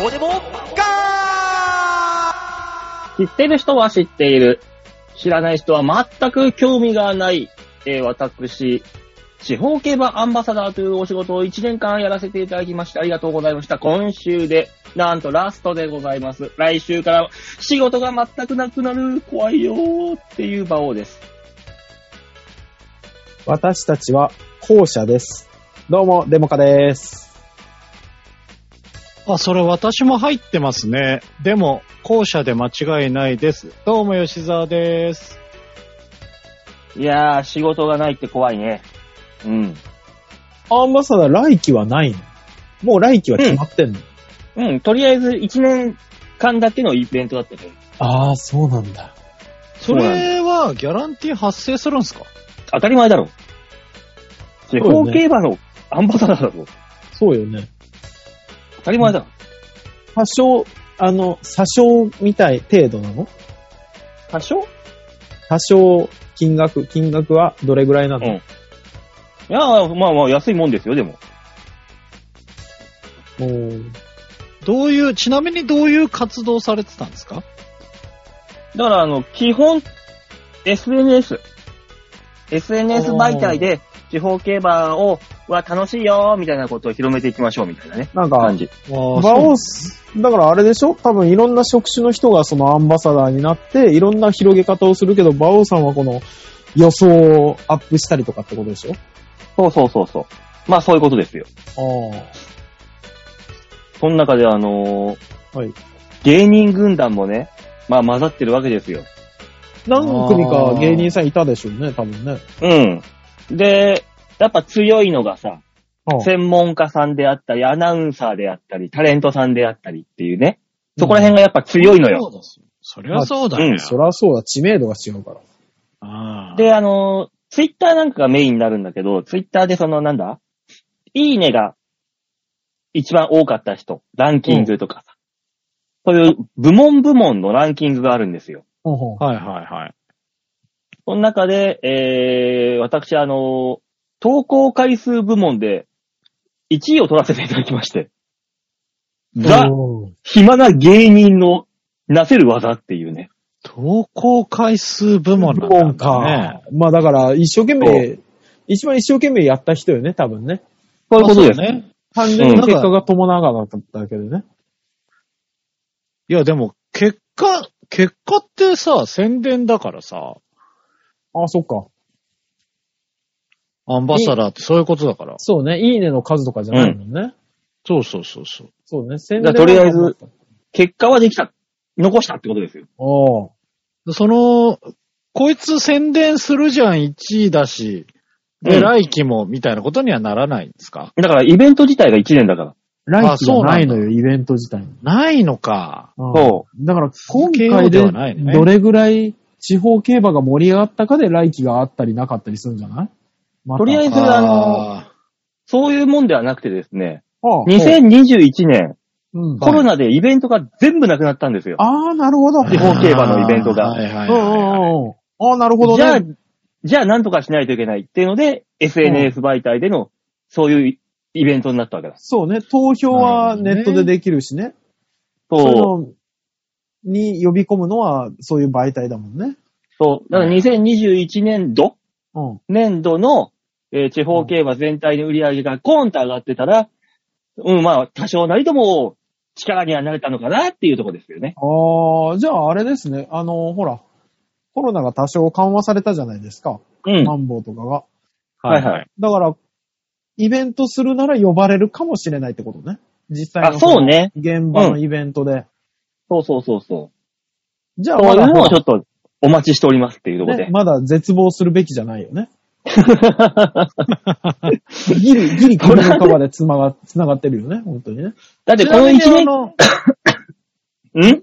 どうでもガ知ってる人は知っている。知らない人は全く興味がない。えー私、地方競馬アンバサダーというお仕事を1年間やらせていただきましてありがとうございました。今週で、なんとラストでございます。来週から仕事が全くなくなる、怖いよーっていう馬王です。私たちは後者です。どうも、デモカです。あ、それ私も入ってますね。でも、後者で間違いないです。どうも吉沢です。いやー、仕事がないって怖いね。うん。アンバサダー来期はないのもう来期は決まってんの、うん、とりあえず1年間だけのイベントだったね。ああ、そうなんだ。それは、ギャランティー発生するんですか当たり前だろ。地方競馬のアンバサダーだろ。そうよね。当たり前だろ。多少、あの、詐称みたい程度なの多少多少、金額、金額はどれぐらいなの、うんいやー、まあまあ安いもんですよ、でも。もう、どういう、ちなみにどういう活動されてたんですかだから、あの、基本、SNS。SNS 媒体で、地方競馬を、は楽しいよー、みたいなことを広めていきましょう、みたいなね。なんか感、じ。馬王す、だからあれでしょ多分いろんな職種の人がそのアンバサダーになって、いろんな広げ方をするけど、馬王さんはこの予想をアップしたりとかってことでしょそうそうそうそう。まあ、そういうことですよ。あその中で、あのーあ。はい。芸人軍団もね、まあ混ざってるわけですよ。何組か芸人さんいたでしょうね、多分ね。うん。で、やっぱ強いのがさ、ああ専門家さんであったり、アナウンサーであったり、タレントさんであったりっていうね。そこら辺がやっぱ強いのよ。そうですよそりゃそうだうよん。そりゃそうだ、知名度が違うから。あーで、あの、ツイッターなんかがメインになるんだけど、ツイッターでその、なんだいいねが一番多かった人、ランキングとかさ。そういう部門部門のランキングがあるんですよ。ほうほうはいはいはい。その中で、えー、私、あの、投稿回数部門で1位を取らせていただきまして、ザ、うん暇な芸人のなせる技っていうね。投稿回数部門なんだ、ね。そうか。まあだから、一生懸命、一番一生懸命やった人よね、多分ね。そういうことです。まあそうね。単純に結果が伴わなかっただけでね。いやでも、結果、結果ってさ、宣伝だからさ、ああ、そっか。アンバサダーってそういうことだから。そうね、いいねの数とかじゃないもんね。そうそうそうそう。そうね、宣だからとりあえず。結果はできた。残したってことですよ。おーその、こいつ宣伝するじゃん1位だし、うで、ん来期もみたいなことにはならないんですかだからイベント自体が1年だから。来期がないのよ、イベント自体に。ないのか。そだから今競馬回でではないねどれぐらい地方競馬が盛り上がったかで来期があったりなかったりするんじゃないまたとりあえず、あの、あそういうもんではなくてですね、ああ2021年、うんコロナでイベントが全部なくなったんですよ。ああ、なるほど。うーん地方競馬のイベントがはいはいうんはいはい、うんうん。ああ、なるほどじゃあね。、じゃあなんとかしないといけないっていうので、SNS 媒体での、そういうイベントになったわけです。そうね、投票はネットでできるしね。そういうそう。のに呼び込むのはそういう媒体だもんね。そう。だから2021年度、うん。年度の、えー地方競馬全体の売り上げがコーンと上がってたら、うん、まあ、多少なりとも力にはなれたのかなっていうところですよね。ああ、じゃああれですね。あの、ほら、コロナが多少緩和されたじゃないですか。うん。マンボウとかが。はいはい。だから、イベントするなら呼ばれるかもしれないってことね。実際のあ、そうね。現場のイベントで。そうそうそうそう。じゃあそまういうだのをちょっとお待ちしておりますっていうところで。ね、まだ絶望するべきじゃないよね。 ギリ、ギリこの中までつなが、つながってるよね、本当にね。だってちこなのみ1にあ年、の、ん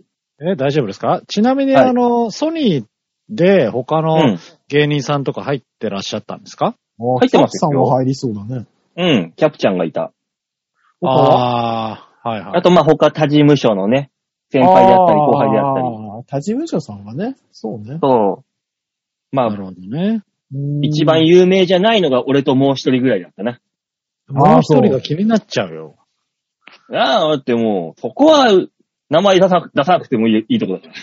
え、大丈夫ですかちなみに、はいあの、ソニーで他うのん。芸人さんとか入ってらっしゃったんですか、入入ってますさよんは入りそうだね。うん。キャプちゃんがいた。他はああ、はいはい。あと、まあ、他他事務所のね、先輩であったり、後輩であったり。あー他事務所さんはね、そうね。そう。まなあ、るほどね。うん一番有名じゃないのが俺ともう一人ぐらいだったな。もう一そう人が気になっちゃうよ。ああ、だってもう、そこは、名前出さ出さなくてもいいいいとこだから。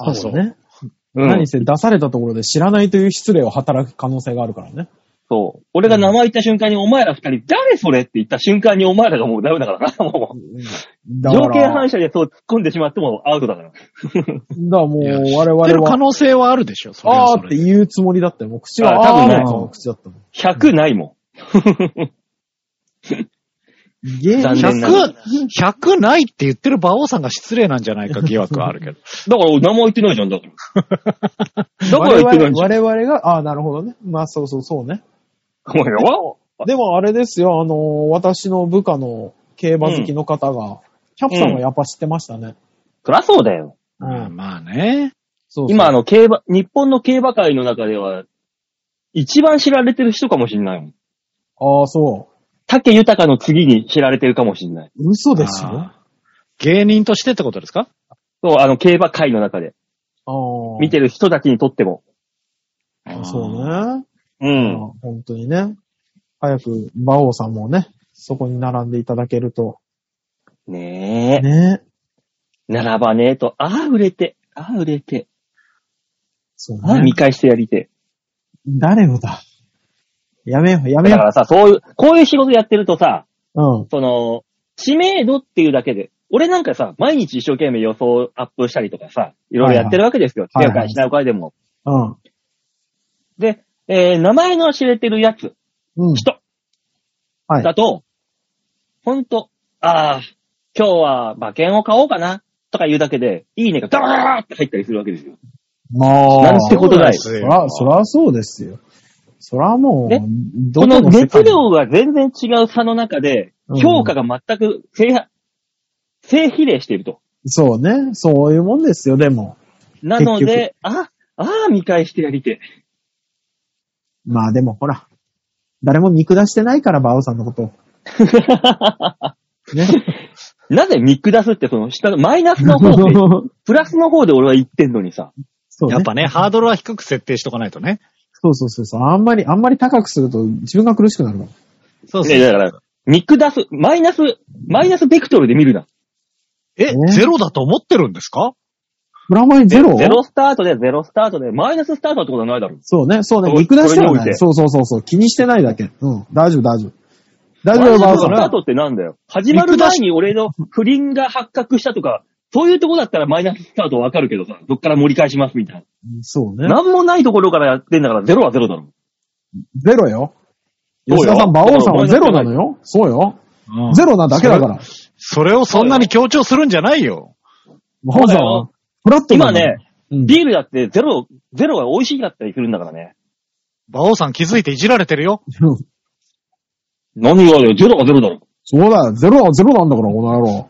あそうそうね。うん。何せ出されたところで知らないという失礼を働く可能性があるからね。そう。俺が名前言った瞬間に、お前ら二人、誰それって言った瞬間にお前らがもうダメだから な、もう。だから条件反射でそう突っ込んでしまってもアウトだから。だからもう我々知ってる可は、能性はあるでしょ、それあはーそっれてで言うつもりだったよ。もう口はあー多分ねあーの口だったもん。 100ないもゲん。ー残念ム、ながら。だか100、100ないって言ってる馬王さんが失礼なんじゃないか疑惑はあるけど。ら俺名前言ってないじゃん、だ から。だから我言ってない々じゃん。我々が、ああー、なるほどね。まあそうそうそうね。お前よ。でもあれですよ、あのー私の部下の競馬好きの方が、キャプさんはやっぱ知ってましたね。そりゃそうだよ。うんあーまあね。そうそう今、あの、競馬、日本の競馬界の中では、一番知られてる人かもしんないもん。ああ、そ竹豊の次に知られてるかもしんない。う。嘘ですよ。あー芸人としてってことですかそう、あの、競馬界の中で。ああ。見てる人たちにとっても。そうあー。ね。うまん。あ本当にね。早く、馬王さんもね、そこに並んでいただけると。ねえ。ね。ならばねえと、ああ、売れて、ああ、売れて、そうああ、ね見。返してやりて。誰をだ。やめよう、やめだよからさ、そういう、こういう仕事やってるとさ、う。うん。その、知名度っていうだけで、俺なんかさ、毎日一生懸命予想アップしたりとかさ、いろいろやってるわけですよ。はいはい手を返しないおかげでも。うん。で、えー名前の知れてるやつ、うん。人、はいだと、ほんと、ああ、今日は馬券を買おうかな、とか言うだけで、いいねがダーって入ったりするわけですよ。まあ、なんてことないそら、そらそうですよ。そらもうね、どこの世界熱で量もが全然違う差の中で、うん評価が全く正、正比例していると。そうね。そういうもんですよ、でも。なので、あ、ああ、見返してやりて。まあでもほら、誰も見下してないから、バオさんのことを。ね。 なぜ見下すって、その下のマイナスの方 で、プラスの方で俺は言ってんのにさ。そうねやっぱね、ハードルは低く設定しとかないとね。そうそうそうそう。あんまり、あんまり高くすると自分が苦しくなるから。そうそうねだから、見下す、マイナス、マイナスベクトルで見るな。え、ねゼロだと思ってるんですかプラマイゼロゼロスタートで、ゼロスタートで、マイナススタートってことはないだろう。そうね、そうね。これ見下してはこれにおいなてい。そうそうそうそう。気にしてないだけ。うん。大丈夫、大丈夫。大マ丈夫イよ、バナオスさスん。タートってなんだよ。始まる前に俺の不倫が発覚したとか、そういうとこだったらマイナススタートわかるけどさ、どっから盛り返しますみたいそうな。ね。なんもないところからやってんだから、ゼロはゼロだろ。ゼロよ。そうよ吉田さん、馬王さんはゼロなのよ。そうよ。ゼロなだけだから。それをそんなに強調するんじゃないよ。馬王さんは、フラットな今のね、、うんビールだってゼロ、ゼロが美味しいだったりするんだからね。馬王さん気づいていじられてるよ。何がだよ、ゼロがゼロだろ。そうだよ。ゼロはゼロなんだから、この野郎。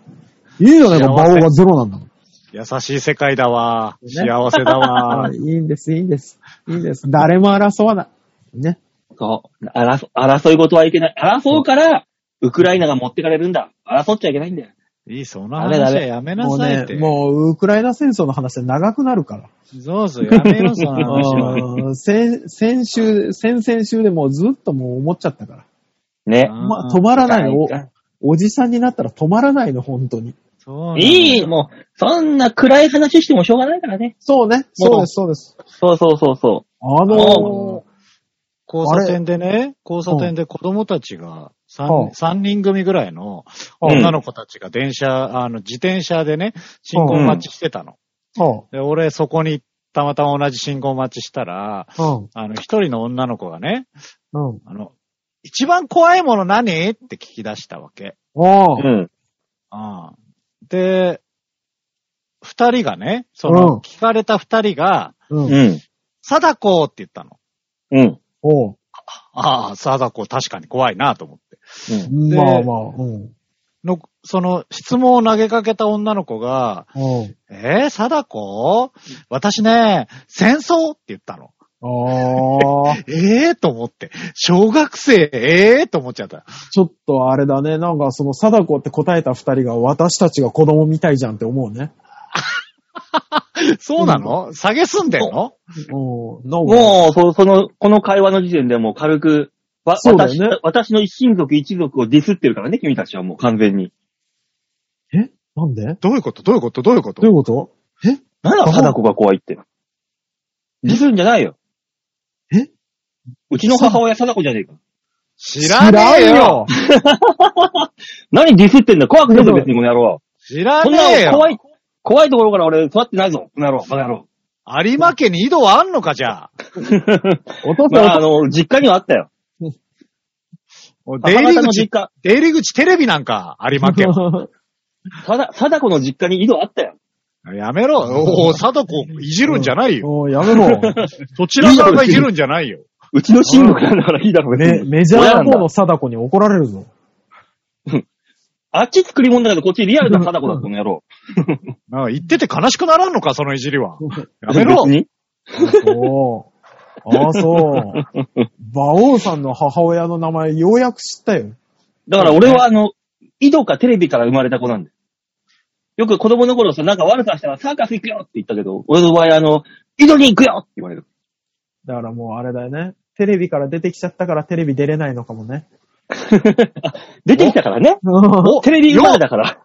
いいじゃないか、馬王がゼロなんだか優しい世界だわ。ね幸 せだら。わ。いいんです、いいんです。いいんです。誰も争わない。ね。そう。争、争い事はいけない。争うから、ウクライナが持ってかれるんだ。争っちゃいけないんだよ。いい、そのダメ話ダはメやめなもうさいっねて。、もう、ウクライナ戦争の話は長くなるから。そうそう、やめろ、その 話は。うん先先週、先々週でもうずっともう思っちゃったから。ね。まあ、止まらないおいかんいかん。おじさんになったら止まらないの、本当に。そういい、いもう、そんな暗い話してもしょうがないからね。そうね。そうです、そうです。そうそうそうそあのーも交差点でね、交差点で子供たちがう3ん、三人組ぐらいのうん女の子たちが電車、あの、自転車でね、信号待ちしてたの。そで、俺そこにたまたま同じ信号待ちしたら、う。うあの、一人の女の子がね、ん。うん。あの、一番怖いもの何って聞き出したわけ。おう。ーうん。ああで、二人がね、その、うん聞かれた二人が、う。うんん。貞子って言ったの。うん。おう。ああ、貞子確かに怖いなと思って。でまあまあ、うん。の、その、質問を投げかけた女の子が、うん。えー、貞子私ね、戦争って言ったの。あーええー、と思って。小学生、ええー、と思っちゃった。ちょっとあれだね。なんかその、貞子って答えた二人が私たちが子供みたいじゃんって思うね。そうなの、下げすんでんのうん。なんかもう、そその、この会話の時点でもう軽く、わそうだよ私ね私の一親族一族をディスってるからね、君たちはもう完全に。なんでどういうことどういうことどういうこどういとうことなんだ、貞子が怖いって。ディスるんじゃないよ。えうちの母親貞子じゃねえか。知らねえよ何ディスってんだ怖くても別にこの野郎。知らそんねなえよ怖い、怖いところから俺育ってないぞ。この野郎、この野郎。有馬家に井戸はあんのかじゃあ。お父まさん、あ、あの、実家にはあったよ。もう出母入り方の実口、家、出入り口テレビなんか、有馬家は。さだ、貞子の実家に井戸あったよ。やめろ。おお、貞子いじるんじゃない よ。おうやめろ。そちら側がいじるんじゃないよ。うちの親族なんだからいいだろ、別 メに。メジャー方の貞子に怒られるぞ。あっち作り物だけど、こっちリアルな貞子だったの野郎。なあ言ってて悲しくならんのか、そのいじりは。やめろ別。にそう。ああ、そう。馬王さんの母親の名前、ようやく知ったよ。だから俺はあの、井戸かテレビから生まれた子なんで。よく子供の頃さ、なんか悪さしたらサーカス行くよって言ったけど、俺の場合あの、井戸に行くよって言われる。だからもうあれだよね。テレビから出てきちゃったからテレビ出れないのかもね。あ出てきたからね。おテレビ生よまれだから。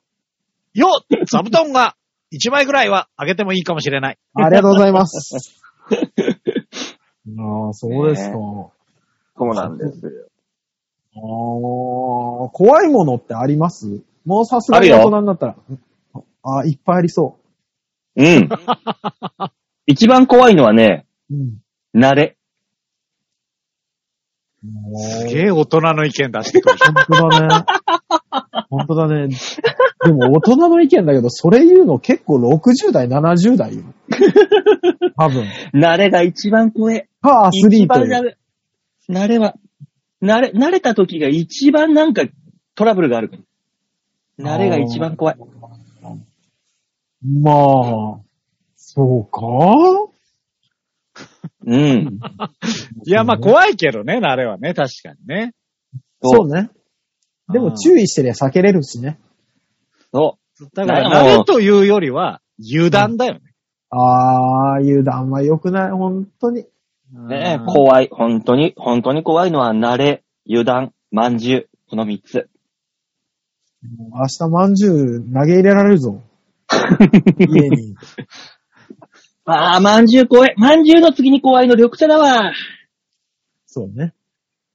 よ座布団が1枚ぐらいはあげてもいいかもしれ ない。ありがとうございます。ああ、そうですか。そうなんですあー怖いものってありますもうさすがにある大よ人になったら。あーいっぱいありそうん。 一番怖いのはね、う。うん。慣れ。すげえ大人の意見出してくる。本当だね。本当だね。でも大人の意見だけど、それ言うの結構60代、70代よ。多分。慣れが一番怖い。パーアスリ一ート番よ慣れ。慣れは、慣れ、慣れた時が一番なんかトラブルがあるから。慣れが一番怖い。まあ、そうかうん。 いや、まあ怖いけどね、あれはね、確かにね。そうね。でうもん注意してりゃ避けれるしね。そだから、なんかもう慣れというよりは、油断だよね。ああ、油断は良くない。本当に。う。ねうんえ怖い。本当に、本当に怖いのは慣れ、油断、まんじゅう。この三つ。もう明日まんじゅう投げ入れられる ぞ。家に。ああ、まんじゅう怖い。まんじゅうの次に怖いの緑茶だわ。そうね。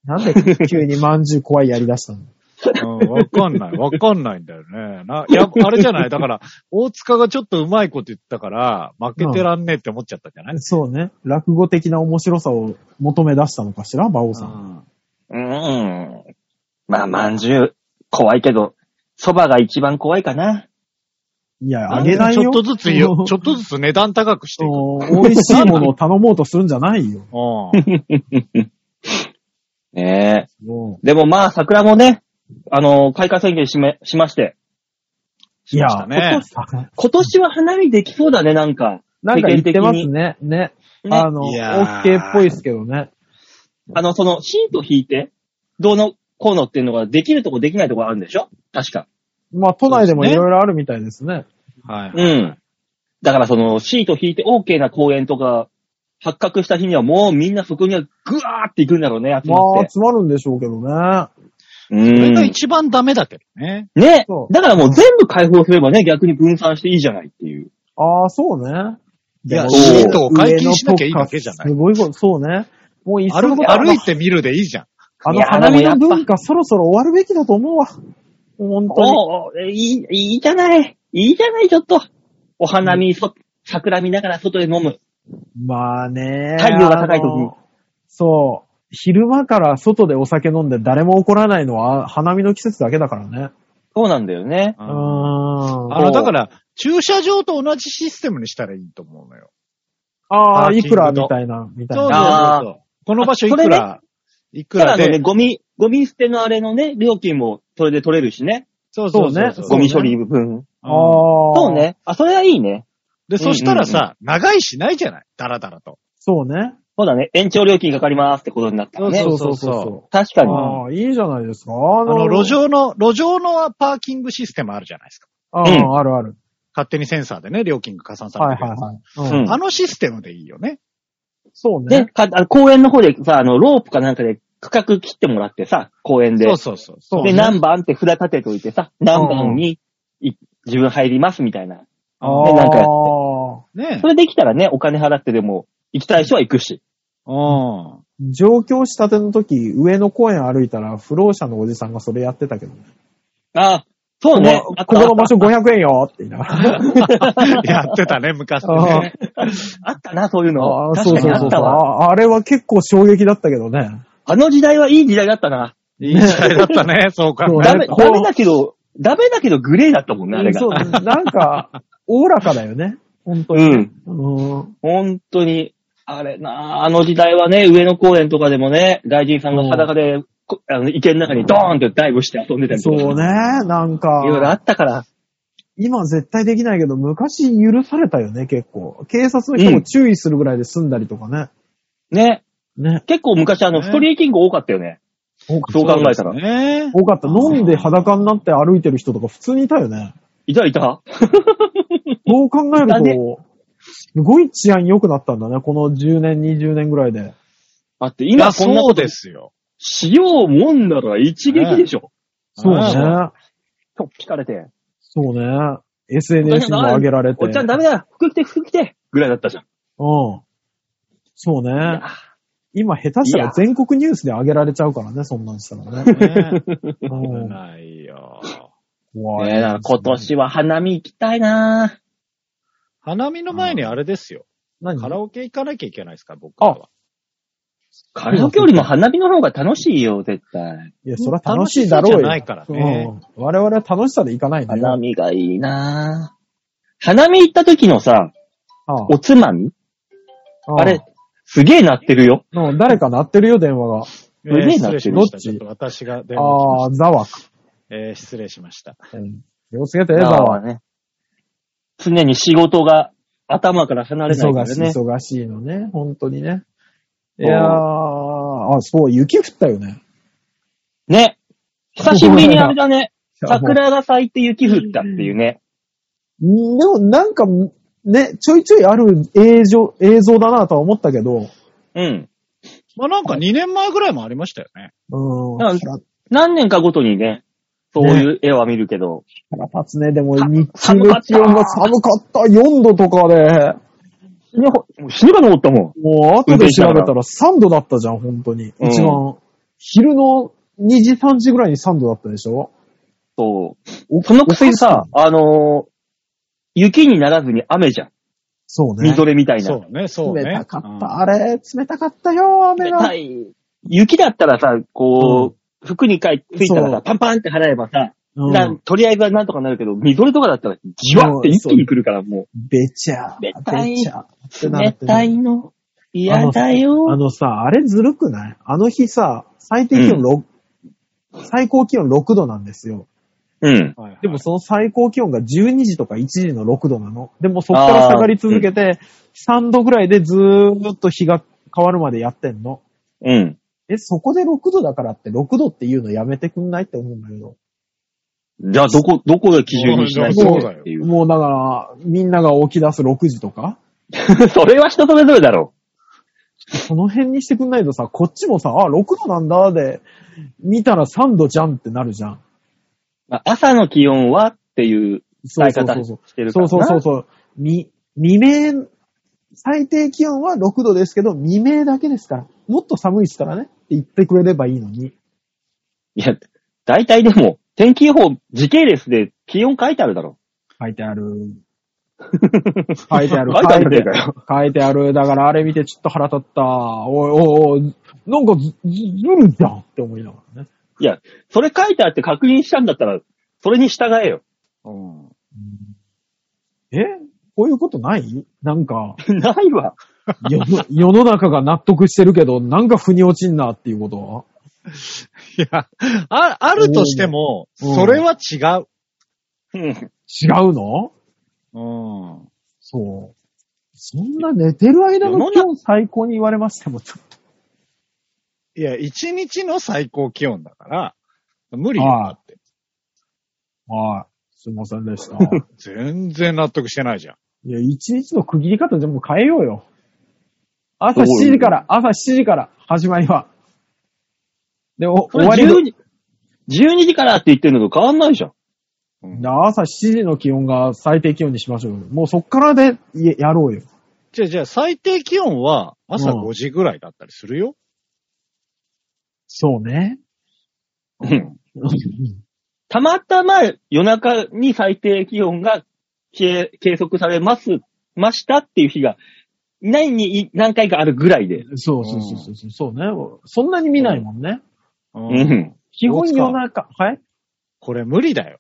なんで急にまんじゅう怖いやり出したのうんわかんない。わかんないんだよね。な、いや、あれじゃないだから、大塚がちょっとうまいこと言ったから、負けてらんねえって思っちゃったんじゃない、そうね。落語的な面白さを求め出したのかしら、馬王さん。うんうん。まあ、まんじゅう、怖いけど、蕎麦が一番怖いかな。いや、あげないよ。ちょっとずつ よ、ちょっっとずつ値段高くしていく。と。美味しいものを頼もうとするんじゃないよ。うん。ねもえ。でもまあ、桜もね、あの、開花宣言しめ、しまして。ういや、したね。あ今年は花見できそうだね、なんか。 なんか言ってますね。ね。ねあの、いやー OK っぽいですけどね。あの、その、シート引いて、どうの、こうのっていうのができるとこできないとこあるんでしょ確か。まあ、都内でもそうですいねろいろあるみたいですね。はい。うん。だからその、シート引いて OK な公園とか、発覚した日にはもうみんなそこにはぐわーって行くんだろうね、集ままあっ、て。集まるんでしょうけどね。うそれん。がね一番ダメだけどね。そうだからもう全部解放すればね、逆に分散していいじゃないっていう。ああ、そうね。いでやもシートを解禁しなきゃいいだけじゃないすごいこと、そうね。もういっその歩こと歩いてみるでいいじゃん。あいの、や花見のでもやっぱ文化そろそろ終わるべきだと思うわ。本当に。おおいい、いいじゃない。いいじゃない、ちょっと。お花見、そ、桜見ながら外で飲む。まあね。太陽が高い時あのそう。昼間から外でお酒飲んで誰も怒らないのは花見の季節だけだからね。そうなんだよね。うーうんん。あの、だから、駐車場と同じシステムにしたらいいと思うのよ。あパあ、ーいキくングのらみたいな、みたいそうそうな。そうあそう。この場所いくら、いくただらあのね、で、ゴミ、ゴミ捨てのあれのね、料金もそれで取れるしね。そうそうそうそうねゴミ処理分。あうんあ。そう。ね。あ、それはいいね。で、そしたらさ、長いしないじゃないダラダラと。そうね。そうだね。延長料金かかりますってことになったらね。そう確かに。ああ、いいじゃないですか。ああの、路、上の、路上のパーキングシステムあるじゃないですか。あうんあ、あるある。勝手にセンサーでね、料金が加算さはれいてるやつ。はいはい。ううんん。あのシステムでいいよね。そうで、ね。かあの公園の方でさ、あの、ロープかなんかで区画切ってもらってさ、公園で。そうそうそう。そうで、ね何番って札立てといてさ、何番にい自分入りますみたいな。あねなんかやってあ。ねそれできたらね、お金払ってでも、行きたい人は行くし。うん。 上京したての時、上野公園歩いたら、不老者のおじさんがそれやってたけど、ね、ああ、そうね。こあこったここの場所500円よって言いな がら。やってたね、昔あね。 あったな、そういうの。あー確そうかそにうあそうっそたうわ。あ。あれは結構衝撃だったけどね。あの時代はいい時代だったな。いい時代だったね、そうか。そうダメ、ねこうダメだけど、ダメだけどグレーだったもんね、あれがそう、。なんか、おおらかだよね。本当うに。ん。うん。本当に、あれなあ、あの時代はね、上野公園とかでもね、外人さんが裸で、こあの池の中にドーンってダイブして遊んでたりとそうか。ね。なんいろいろあか、ったから。今絶対できないけど、昔許されたよね、結構。警察の人も注意するぐらいで済んだりとかね。ね。ね。結構昔あの、ねストリーキング多かったよね。多そう考えたら。ね。かった。飲んで裸になって歩いてる人とか普通にいたよね。いたいた。そう考えるだねと、すごい治安良くなったんだね、この10年、20年ぐらいで。あって、いや、今こんなそこうとですよ。しようもんなら一撃でしょ。そうね。と、聞かれて。そうね。SNS にも上げられて。おっちゃんダメだ服着て、服着てぐらいだったじゃん。うん。そういねや。今下手したいらや全国ニュースで上げられちゃうからね、そんなんしたら ね。ねうんないよ。怖い。ねえだから今年は花見行きたいな花見の前にあれですよ。何カラオケ行かなきゃいけないですから、僕らは。カラオケよりも花火の方が楽しいよ、絶対。いや、そりゃ楽しいだろうよ。楽しそうじゃないからねうん。我々は楽しさでいかないんだ花よ。見がいいな花見行った時のさ、あおつまみああれ、、すげえなってるよ。ああうん誰か鳴ってるよ、電話が。うめえなえー失礼しましどた。っちちょっと私が電話しまあしあ、ザワク。た。えー失礼しました。うん気をつけて、ザだかワらク。ね。常に仕事が頭から離れないか忙らしい、ね。忙しいのね、本当にね。いうんやー、あ、そう、雪降ったよね。ね。久しぶりにあれだね。いや。桜が咲いて雪降ったっていうね。もうでも、なんか、ね、ちょいちょいある映像、映像だなとは思ったけど、うん。まあなんか2年前ぐらいもありましたよね。うん。だから何年かごとにね、そういう絵は見るけど。腹立つね。でも、さ日中の気温が寒かった。4度とかで。いや、ほもう死ぬかと思ったもん。もう、運後で調べ転しなたがら3度だったじゃん、本当に。うん一番。昼の2時、3時ぐらいに3度だったでしょそう。そのくせにさ、あのー雪にならずに雨じゃん。そうねみ。ぞれみたいな。そうね、そうね。冷たかっうんた。あれ、冷たかったよ、雨冷がた。い。雪だったらさ、こう、服にかいついたらそさ、うパンパンって払えばさ、うんなとりあえずはなんとかなるけど、みぞれとかだったら、じわって一気に来るから、もべちゃ。冷たいべちゃ。ってう。なっ冷てたいねの。嫌だあよ。のさ、あれずるくないあの日さ、最低気温6、最高気温6度なんですよ。うん。はいはいでもその最高気温が12時とか1時の6度なの。でもそこから下がり続けて、3度ぐらいでずーっと日が変わるまでやってんの。うん。え、そこで6度だからって6度っていうのやめてくんないって思うんだけど。じゃあ、どこ、どこが基準にしないとっていう。もうだから、みんなが起き出す6時とか、 それは人それぞれだろその辺にしてくんないとさ、こっちもさ、あ、6度なんだで、見たら3度じゃんってなるじゃん。う。まあ朝の気温はっていうそ伝うえそう方そうそう。してるかそらうな。そうそうそう。み、未明、最低気温は6度ですけど、未明だけですから、もっと寒いっすからねって言ってくれればいいのに。いや、大体でも、天気予報時系列で気温書いてあるだろ。書いてある。 書いてある。書いてある書いじゃねえかよ書いてある。だからあれ見てちょっと腹立った。おいおいおい、なんかず、ずずるじゃんって思いながらね。いや、それ書いてあって確認したんだったら、それに従えよ。 うんえこういうことないなんか、ないわ。世の世の中が納得してるけど、なんか腑に落ちんなっていうことはいや、あ、あるとしても、うんそれは違う。うん。違うのうん。そう。そんな寝てる間の世今日最高に言われましても、ちょっいや、一日の最高気温だから、無理よはいだって。と、はい。すいませんで した。全然納得してないじゃん。いや、一日の区切り方じゃもう変えようよ。ど朝7ういう時から、朝7時から、始まりは。で、おそれ終わりの12、12時からって言ってるのと変わんないじゃん。うんじゃあ朝7時の気温が最低気温にしましょうよ。もうそっからでややろうよ。じゃあ、じゃあ、最低気温は朝うん5時ぐらいだったりするよ。そうね。うんたまたま夜中に最低気温が計計測されます、ましたっていう日が、年にい何回かあるぐらいで。そうそうそうそうそう。そうね。そんなに見ないもんね。うう。ん。基本夜中。はいこれ無理だよ。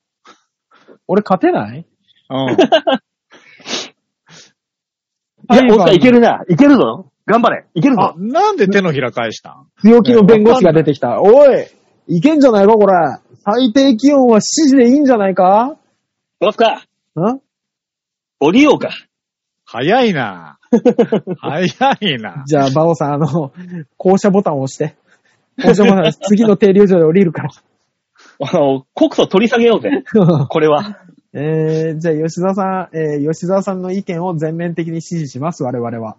俺勝てないうん。いや、タイガーおっさんいけるな。いけるぞ。頑張れ。いける あぞ、。なんで手のひら返したん強気の弁護士が出てきた。おいいけんじゃないかこれ。最低気温は7時でいいんじゃないかどうすかん降りようか。早いな早いなじゃあ、バオさん、あ の、降車ボタンを押して。降車ボタン、次の停留所で降りるから。あの、告訴取り下げようぜ。 これは。えー、じゃあ、吉沢さん、えー、吉沢さんの意見を全面的に支持します、我々は。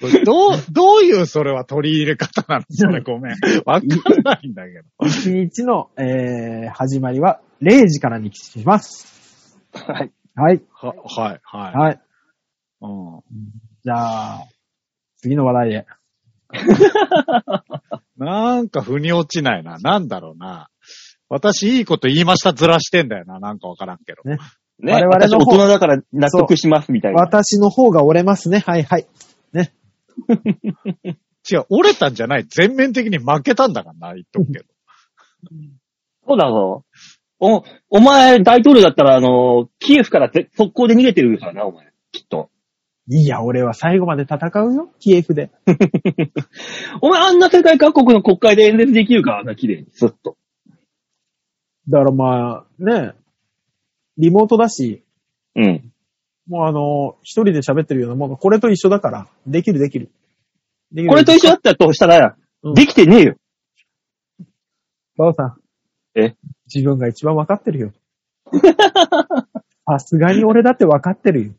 これどう、どういうそれは取り入れ方なのそれごめん。わかんないんだけど。一日の、えー、始まりは0時からにします。 はい。はい、は、はい、はい。はい。うん。じゃあ、次の話題へ。なんか腑に落ちないな。なんだろうな。私いいこと言いましたずらしてんだよな。なんかわからんけど。ね、我々私の大方人だから納得しますみたいな。私の方が折れますね、はいはい。違う、折れたんじゃない。全面的に負けたんだからな、言っとくけど。そうだぞ。お、お前、大統領だったら、あの、キエフからぜ速攻で逃げてるからな、お前。きっと。いや、俺は最後まで戦うよ、キエフで。お前、あんな世界各国の国会で演説できるからな、綺麗に。すっと。だからまあ、ね、リモートだし、うん。もうあの、一人で喋ってるようなもの、これと一緒だから、できるできる。できるこれと一緒だったとしたら、うんできてねえよ。バオさん。え自分が一番わかってるよ。さすがに俺だってわかってるよ。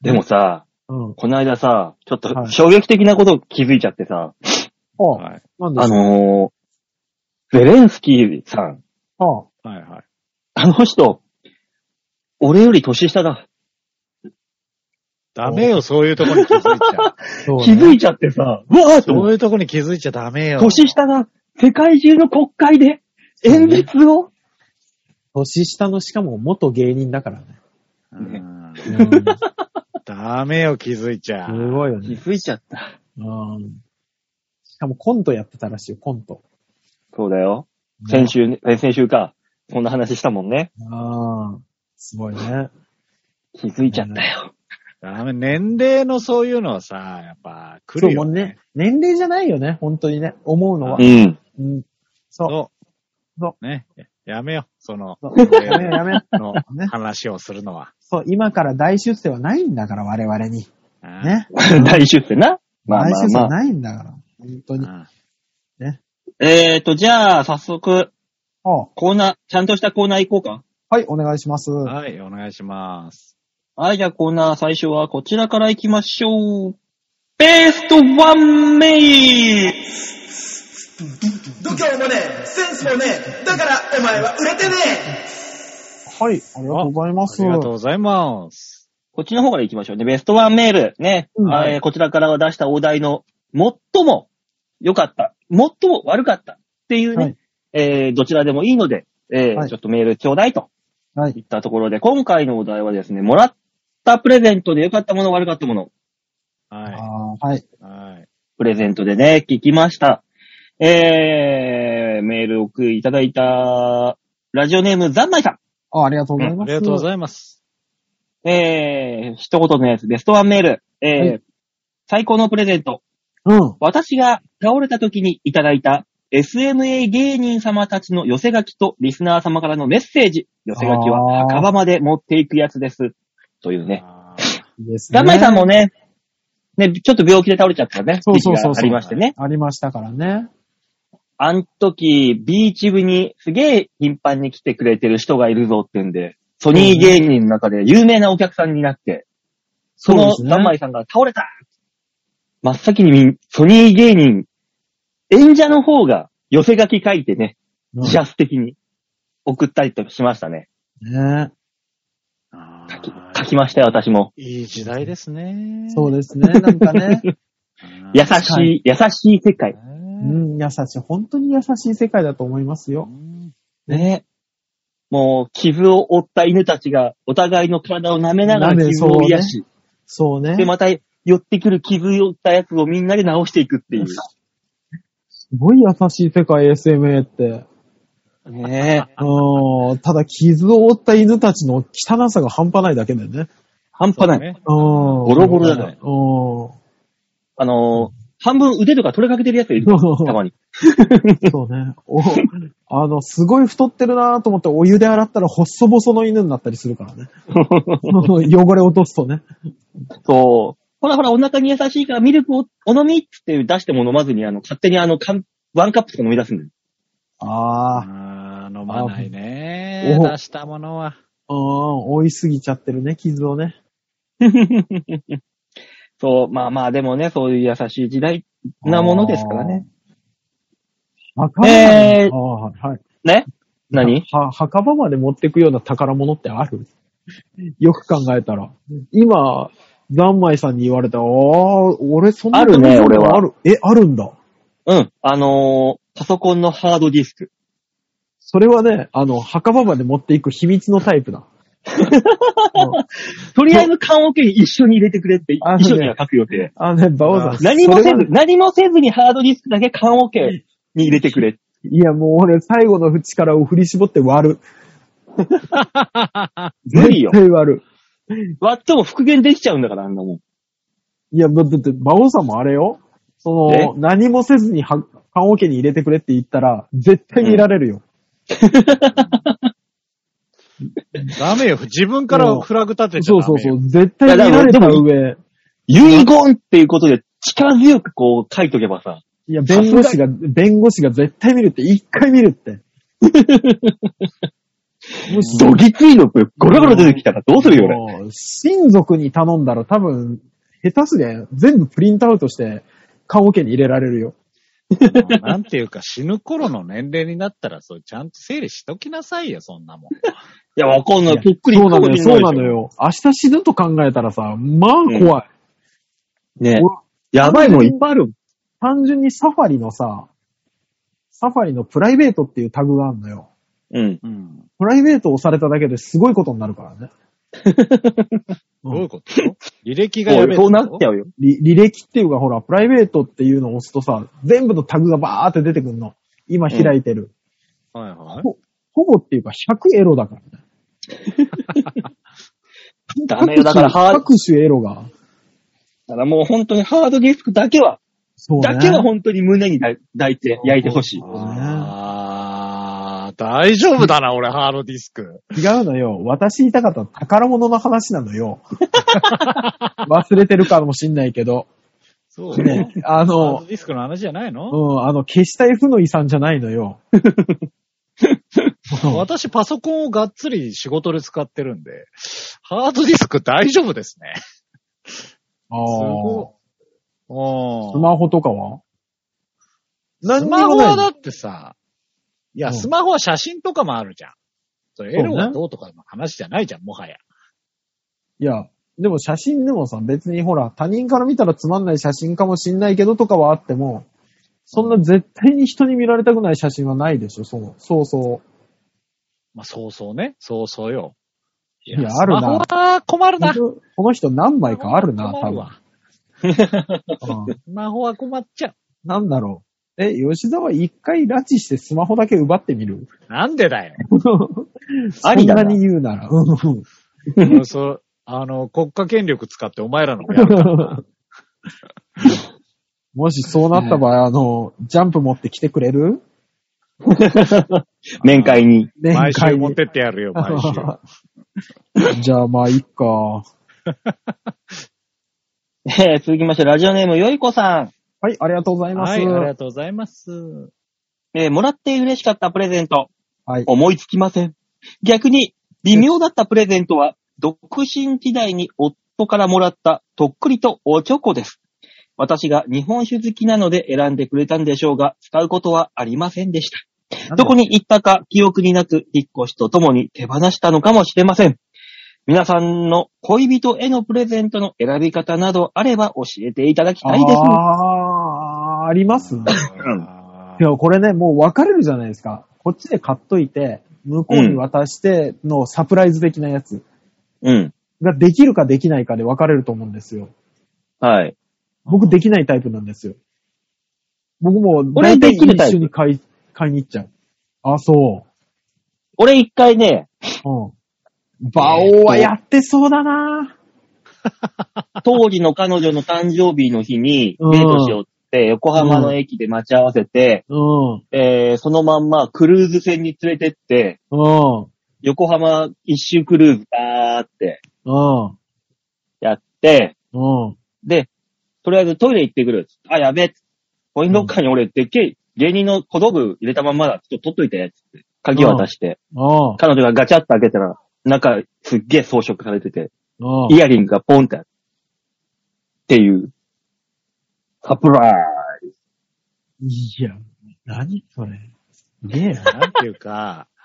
でもさ、うん。この間さ、ちょっはとい衝撃的なこと気づいちゃってさ、ああ、はい。なんであすのー、ゼレンスキーさん、ああ、はい、はい。あの人、俺より年下だ。ダメよ、そういうとこに気づいちゃそう気ねづいちゃってさ、うわーっう。て思ってそういうとこに気づいちゃダメよ。年下が世界中の国会で演説を、年下のしかも元芸人 だからね。うんうん、すダメよ、気づいちゃ。ごいよね。づいちゃった。うん。しかもコントやってたらしいよ、コント。そうだよ。先週ね、え先週か。そんな話したもんね。ああ、すごいね。気づいちゃったよ。ダメ、年齢のそういうのはさ、やっぱ来そうるもようね。ね、年齢じゃないよね、本当にね、思うのはう。ん。 うん。そう。そう。そね。やめよ、その、そう俺やめようやめようのね 話をするのは。そう、今から大出世はないんだから、我々に。あー。ね。来週ってな。まあ大ま出世あまあ。ないんだから。本当に。あえーと、じゃあ、早速、はコーナー、ちゃんとしたコーナー行こうか。あはい、お願いします。ーはい、お願いします。はい、じゃあコーナー最初はこちらから行きましょう。ベストワンメイ度胸もねえ、センスもねえ、だからお前は売れてねえはい、ありがとうございます。ありがとうございます。こっちの方から行きましょうね。ベストワンメール。ね。うんあえーこちらから出したお題の、最も良かった、最も悪かったっていうね、はいえーどちらでもいいので、えーはいちょっとメールちょうだいとはいいったところで、今回のお題はですね、もらったプレゼントで良かったもの、悪かったもの、はあーはい。い。はい。プレゼントでね、聞きました。えー、メールを送りいただいた、ラジオネーム、ざんまいさん。あありがとうございあます。りがとうごいざいます。えー、一言のやつ、ベストワンメール。えーは最高のプレゼント。ます。うん。私が倒れた時にいただいた SMA 芸人様たちの寄せ書きとリスナー様からのメッセージ。寄せ書きはあー墓場まで持っていくやつです。というね。あいいですね。ダンマイさんもね、ね、ちょっと病気で倒れちゃったね。そうそうそうそ時期があうりましてね。ありましたからね。あの時、ビーチ部にすげえ頻繁に来てくれてる人がいるぞってんで、ソニー芸人の中で有名なお客さんになって、そのそうですね三枚さんが倒れた真っ先にみんソニー芸人、演者の方が寄せ書き書いてね、うん自発的に。送ったりとかしましたね。ねあ書きー書きましたよ、私も。いい時代ですね。そうですね、なんかね。うん優しい、優しい世界。うねん、優しい。本当に優しい世界だと思いますよ。ね。もう、傷を負った犬たちが、お互いの体を舐めなが舐らめ傷を癒し、そうねで、。また寄ってくる傷を負ったやつをみんなで直していくっていう。すごい優しい世界、SMA って。ねえ。うん、ただ傷を負った犬たちの汚さが半端ないだけだよね。半端ない。そうねうん。ボロボロだねうん。あのー、半分腕とか取れかけてるやついる。たまに。そうね。お、 あの、すごい太ってるなと思ってお湯で洗ったら細々の犬になったりするからね。 汚れ落とすとね。そう。ほらほら、お腹に優しいからミルクをお飲みっつって出しても飲まずに、あの、勝手にあの、缶ワンカップとか飲み出すんだよ。ああ、あー飲まないね。あお出したものは。うん、追いすぎちゃってるね、傷をね。そう、まあまあ、でもね、そういう優しい時代なものですからね。墓場までえーああはい。ね何は墓場まで持ってくような宝物って あるよく考えたら。今、ざんまいさんに言われたら、ああ、俺そんなあるね宝物俺はある。え、あるんだ。うん。あのーパソコンのハードディスク。それはね、あの、墓場まで持っていく秘密のタイ プだ。とりあえず缶桶に一緒に入れてくれって、あ一緒には書く予定。あのね、バオさん。何もせそれはず、何もせずにハードディスクだけ缶桶に入れてくれ。いや、もう俺、最後の力を振り絞って割る。無理よ絶対割る。割っても復元できちゃうんだから、あんなもん。いや、だだって、馬王さんもあれよ。そえの、何もせずには、缶オケに入れてくれって言ったら、絶対見られるよ。ダメよ。自分からフラグ立てちゃそダうメよ。そうそう。絶対見られた上。遺言っていうことで力強くこう書いとけばさ、いや、弁護士が、弁護士が絶対見るって、一回見 るって。もうどぎついのゴロゴロ出てきたらどうするよ、俺。もう親族に頼んだら多分、下手すりゃ全部プリントアウトして、缶オケに入れられるよ。もうなんていうか、死ぬ頃の年齢になったら、そう、ちゃんと整理しときなさいよ、そんなもん。いや、わかんない。ぷっくりそうなぷのよ、っくりそうなのよ。明日死ぬと考えたらさ、まあ怖い。ね俺やばいもん、いっぱいある。単純にサファリのさ、サファリのプライベートっていうタグがあるのよ。うん。うん。プライベートをされただけですごいことになるからね。どういうこと履歴がそやうべえ。そうなっちゃうよ。り履歴っていうかほら、プライベートっていうのを押すとさ、全部のタグがバーって出てくるの。今開いてる。はいはい。ほほぼっていうか100エロだからね。ダメよ、だからハード、各種エロが。だからもう本当にハードディスクだけは、そうね。だけは本当に胸に抱抱いて、焼いてほしい。あー、大丈夫だな、俺、ハードディスク。違うのよ。私言いたかったの宝物の話なのよ。 忘れてるかもしんないけど。そうねね。。あハード の、ディスクの話じゃないの、うん、あの、消したい負の遺産じゃない のよ。うん私、パソコンをがっつり仕事で使ってるんで、ハードディスク大丈夫ですね。あすーごい。おスマホとかはスにもマないホはだってさ、いや、うんスマホは写真とかもあるじゃん。それ、エロそうがねどうとかの話じゃないじゃん、もはや。いや、でも写真でもさ、別にほら、他人から見たらつまんない写真かもしんないけどとかはあっても、そんな絶対に人に見られたくない写真はないでしょ、そう、そうそう。まあ、そうそうね。そうそうよ。いいやあるなスマホは困るな。この人何枚かあるな、多困る分わ。うんスマホは困っちゃう。なんだろう。え、吉沢一回拉致してスマホだけ奪ってみるなん でだよ。 ありだなそんなに言 うなら。うんうんそう、あの、国家権力使ってお前らのをや るからなもしそうなった場合、あの、ジャンプ持ってきてくれる面会に。年毎週会持ってってやるよ、毎週。 じゃあまあ、いっか。えー続きまして、ラジオネーム、よいこさん。はい、 ありがとうございます。はい、ありがとうございます。えーもらって嬉しかったプレゼント。はい思いつきません。逆に、微妙だったプレゼントは、独身時代に夫からもらった、とっくりとおチョコです。私が日本酒好きなので選んでくれたんでしょうが、使うことはありませんでした。どこに行ったか記憶になく引っ越しとともに手放したのかもしれません。皆さんの恋人へのプレゼントの選び方などあれば教えていただきたいです。あー、ありますね。いや、これね、もう別れるじゃないですか。こっちで買っといて、向こうに渡してのサプライズ的なやつうん。ができるかできないかで分かれると思うんですよ。はい。僕できないタイプなんですよ。僕もう、俺大体できるタイプ一緒に買い、買いに行っちゃう。あ、そ俺一回ね、う。うん。馬王はやってそうだな当時の彼女の誕生日の日にデートしようって、横浜の駅で待ち合わせて、うん。えー、そのまんまクルーズ船に連れてって、うん。横浜一周クルーズバーってうん。やって、うん。で、とりあえずトイレ行ってくる。あ、やべえ。コインロッカーに俺、でっけえ芸人の小道具入れたまんまだ。ちょっと取っといて。つって鍵渡して。うん。彼女がガチャッと開けたら、中、すっげえ装飾されてて、うん。イヤリングがポンってある。っていう。サプライズ。いや、何それ。ねえ、なんていうか、うん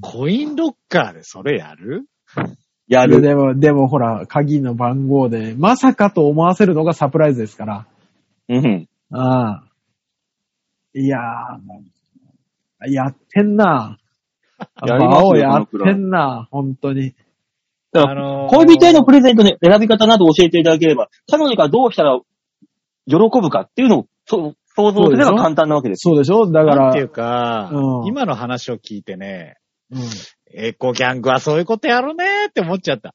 コインロッカーでそれやるやでる。でも、でもほら、鍵の番号で、まさかと思わせるのがサプライズですから。うん。ああ。いやー、やってんな。やりますよ馬王やっこのくらていんな、本当に。だからのー恋人へのプレゼントの選び方など教えていただければ、彼女がどうしたら喜ぶかっていうのをそう想像すれば簡単なわけです。そうでしょだかなんらてい、うか、うん今の話を聞いてね、うんエコギャングはそういうことやるねーって思っちゃった。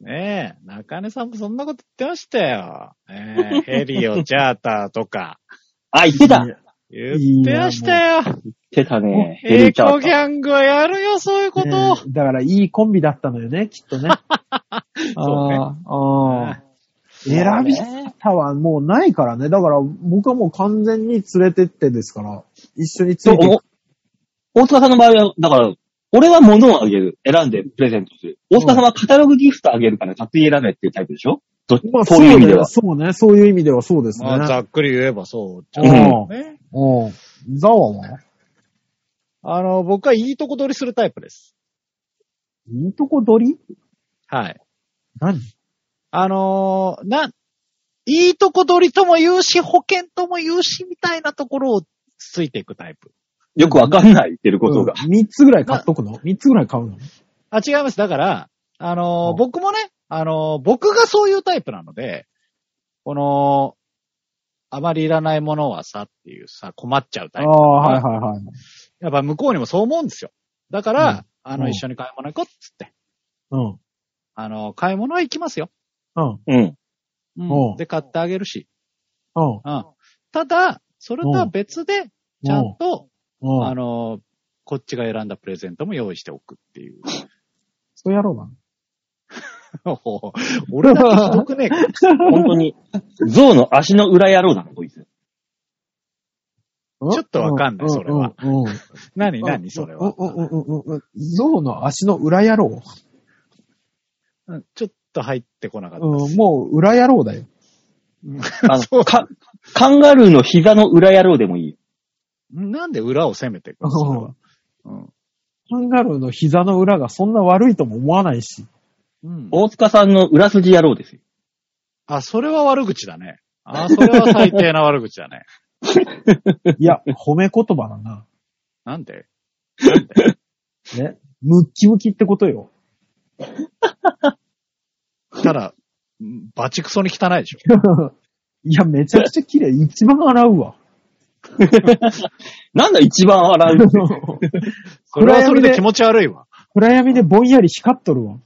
ねえ、中根さんもそんなこと言ってましたよ。ねえヘリをチャーターとか、あ、言ってた。言いっや言ってましたよ。てたね。エちゃコギャングはやるよ、そういうこと。ねだから、いいコンビだったのよね、きっとね。 そうねああ、ああ。そう選びね方はもうないからね。だから、僕はもう完全に連れてってですから、一緒についてそう、お大塚さんの場合は、だから、俺は物をあげる。選んでプレゼントする。大塚さんはカタログギフトあげるから勝手に選べっていうタイプでしょどまあ、そういう意味では。そうね、そうねそういう意味ではそうですね。まあ、ざっくり言えばそうじゃうんん、ね。うん。ザワはあの、僕はいいとこ取りするタイプです。いいとこ取りはい。何あのーな、いいとこ取りとも言うし、保険とも言うし、みたいなところをついていくタイプ。よくわかんない言ってることが。うん三つぐらい買っとくの三つぐらい買うのあ、違います。だから、あのーうん僕もね、あのー僕がそういうタイプなので、この、あまりいらないものはさっていうさ、困っちゃうタあイあ、プ。はいはいはい。やっぱ向こうにもそう思うんですよ。だから、うんあうの、ん一緒に買い物行こうっつって。うん。あの、買い物は行きますよ。うん。うん。おうで、買ってあげるし。うん。うん。ただ、それとは別で、ちゃんと、うん。あの、こっちが選んだプレゼントも用意しておくっ ていう。そうやろうな。俺だけひ どくねえか。本当に、象の足の裏野郎だな、こいつ。ちょっとわかんなういんそれは。うんうん何何それは。うんうんうんうんうんうん。象の足の裏野郎。うんちょっと入ってこなかった。うん、もう裏野郎だよ。あそうの、か、カンガルーの膝の裏野郎でもいい。なんで裏を攻めていくのそれは。うんカンガルーの膝の裏がそんな悪いとも思わない し。うん大塚さんの裏筋野郎ですよ。あ、それは悪口 だね。あ、それは最低な悪口だね。いや、褒め言葉だな。なんでね。ムッキムキってことよ。 ただ、うんバチクソに汚いでしょ。いや、めちゃくちゃ綺麗。一番洗うわ。なんだ一番洗うって。それはそれで気持ち悪いわ。 暗闇でぼんやり光っとるわ。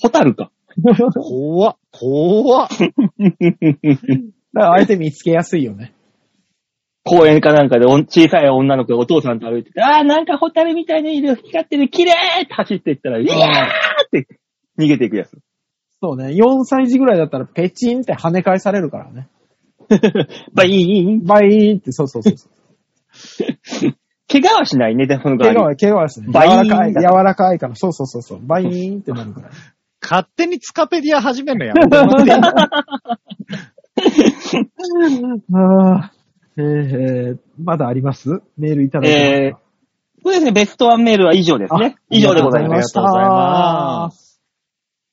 ホタルか。だか怖っ、怖っ。ら相手見つけやすいよね。公園かなんかでおん小さい女の子がお父さんと歩いてて、ああ、なんかホタルみたいな色光ってる、綺麗って走っていったら、いやーって逃げていくやつ。 そうね。4歳児ぐらいだったらペチンって跳ね返されるからね。まあいい、いい、いい。バイーンって、そうそうそう そう。怪我はしないね、でその代怪我わり。は、怪我はですね。柔バイーンらかい、柔らかいから。そうそうそうそう。バイーンってなるから。勝手にツカペディア 始めるのやめてもらっていいああ。えー、まだありますメールいただいてますえか。ー、そうですね、ベストワンメールは以上ですね。以上でございます。すありがとうございます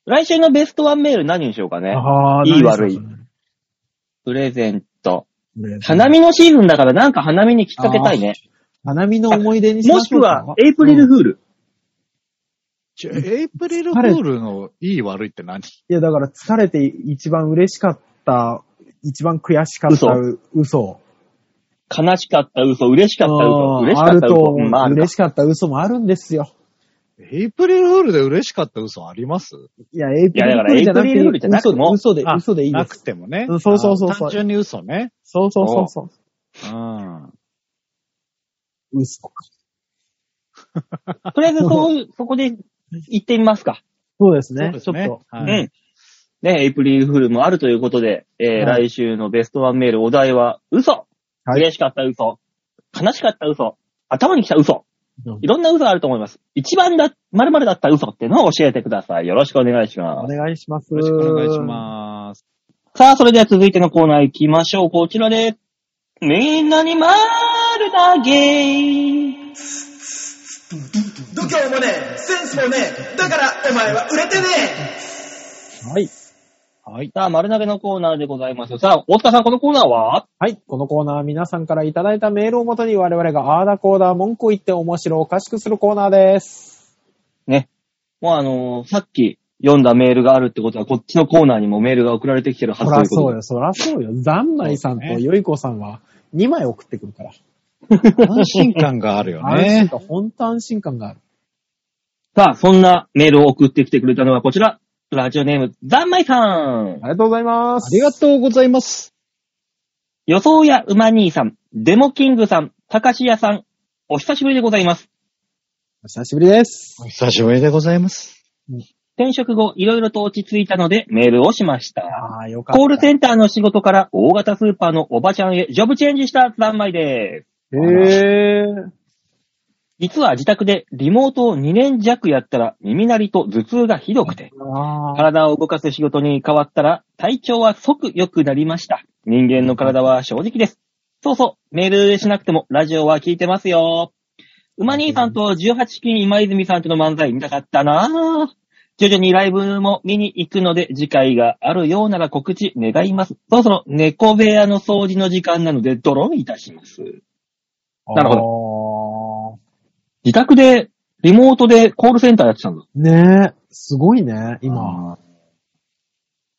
来週のベストワンメール何にしようかね。ああ、いい何でしょうね。プレゼント。これ花見のシーズンだからなんか花見にきっかけたいね。花見の思い出にしまもししくょうかは、エイプリルフール。ちょエイプリルフールのいい悪いってい何や、だから疲れて一番嬉しかった、一番悔しかった嘘嘘。悲しかった嘘、嬉しかった嘘、うん嬉しかあっるたと嘘。思うんまああう、るか嬉しかった嘘もあるんですよ。エイプリルフールで嬉しかった嘘ありますいや、エイプリルフールじゃなくいやだからエイプリルフールじてゃなくても嘘で、あ嘘でいいでなす。くてもね。うんそうそうそうそうあ単純に嘘ね。そうそうそうそう。うん。嘘か。とりあえずそう、そこで行ってみますか。そうですそうね。でちすょっねと。。うはいん。ね、エイプリルフールもあるということで、えーは来週のベストワンメールお題は、嘘はい嬉しかった嘘、悲しかった嘘、頭に来た嘘うん。いろんな嘘があると思います。一番だ、〇〇だった嘘っていうのを教えてください。よろしくお願いしおます。願いします。よろしくお願いします。さあ、それでは続いてのコーナー行きましょう。こちらです。みんなに丸投げ度胸もねえセンスもねえだからお前は売れてねす。はい。はい。さあ、丸投げのコーナーでございます。さあ、大塚さん、このコーナーははい。このコーナーは皆さんからいただいたメールをもとに我々があーだこーだ文句を言って面白おかしくするコーナーです。ね。もうあのーさっき読んだメールがあるってことは、こっちのコーナーにもメールが送られてきてるはそずといらうことそうで。よ、そらそうよ。ざんまいさんとよいこさんは2枚送ってくるから。安心感があるよ安心 ね。感、本当安心感がある。さあ、そんなメールを送ってきてくれたのはこちら。ラジオネーム、ざんまいさん。ありがとうございまあす。りがとうございます。予想や馬兄さん、デモキングさん、たかしやさん、お久しぶりでございます。お久しぶりです。お久しぶりでございます。転職後、いろいろと落ち着いたので、メールをしました。ああ、よかった。コールセンターの仕事から大型スーパーのおばちゃんへジョブチェンジしたざんまいです。へー。実は自宅でリモートを2年弱やったら耳鳴りと頭痛がひどくて、ああ。体を動かす仕事に変わったら体調は即良くなりました。人間の体は正直です。そうそう、メールしなくてもラジオは聞いてますよ。馬兄さんと18金今泉さんとの漫才見たかったなぁ。徐々にライブも見に行くので、次回があるようなら告知願います。そろそろ猫部屋の掃除の時間なので、ドローンいたします。なるほ自宅で、リモートでコールセンターやってたんだ。ど。ねえ、すごいね、今。あー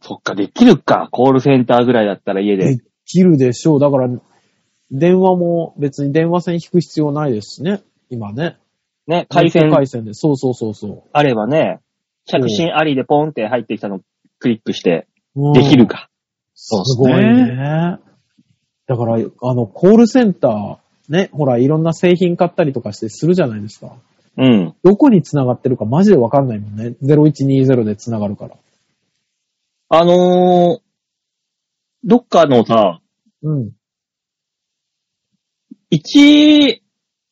そっか、できるか。コールセンターぐらいだったら家でで。きるでしょう。だから、電話も別に電話線引く必要ないですしね、今ね。ね、回線回線で。そうそうそうそあればね、うん着信ありでポンって入ってきたのクリックして、ううん。できるか。そうすごいね。だから、あの、コールセンター、ね、ほら、いろんな製品買ったりとかしてするじゃないですか。うん。どこに繋がってるかマジでわかんないもんね。0120で繋がるから。あのー、どっかのさ、うん。 1、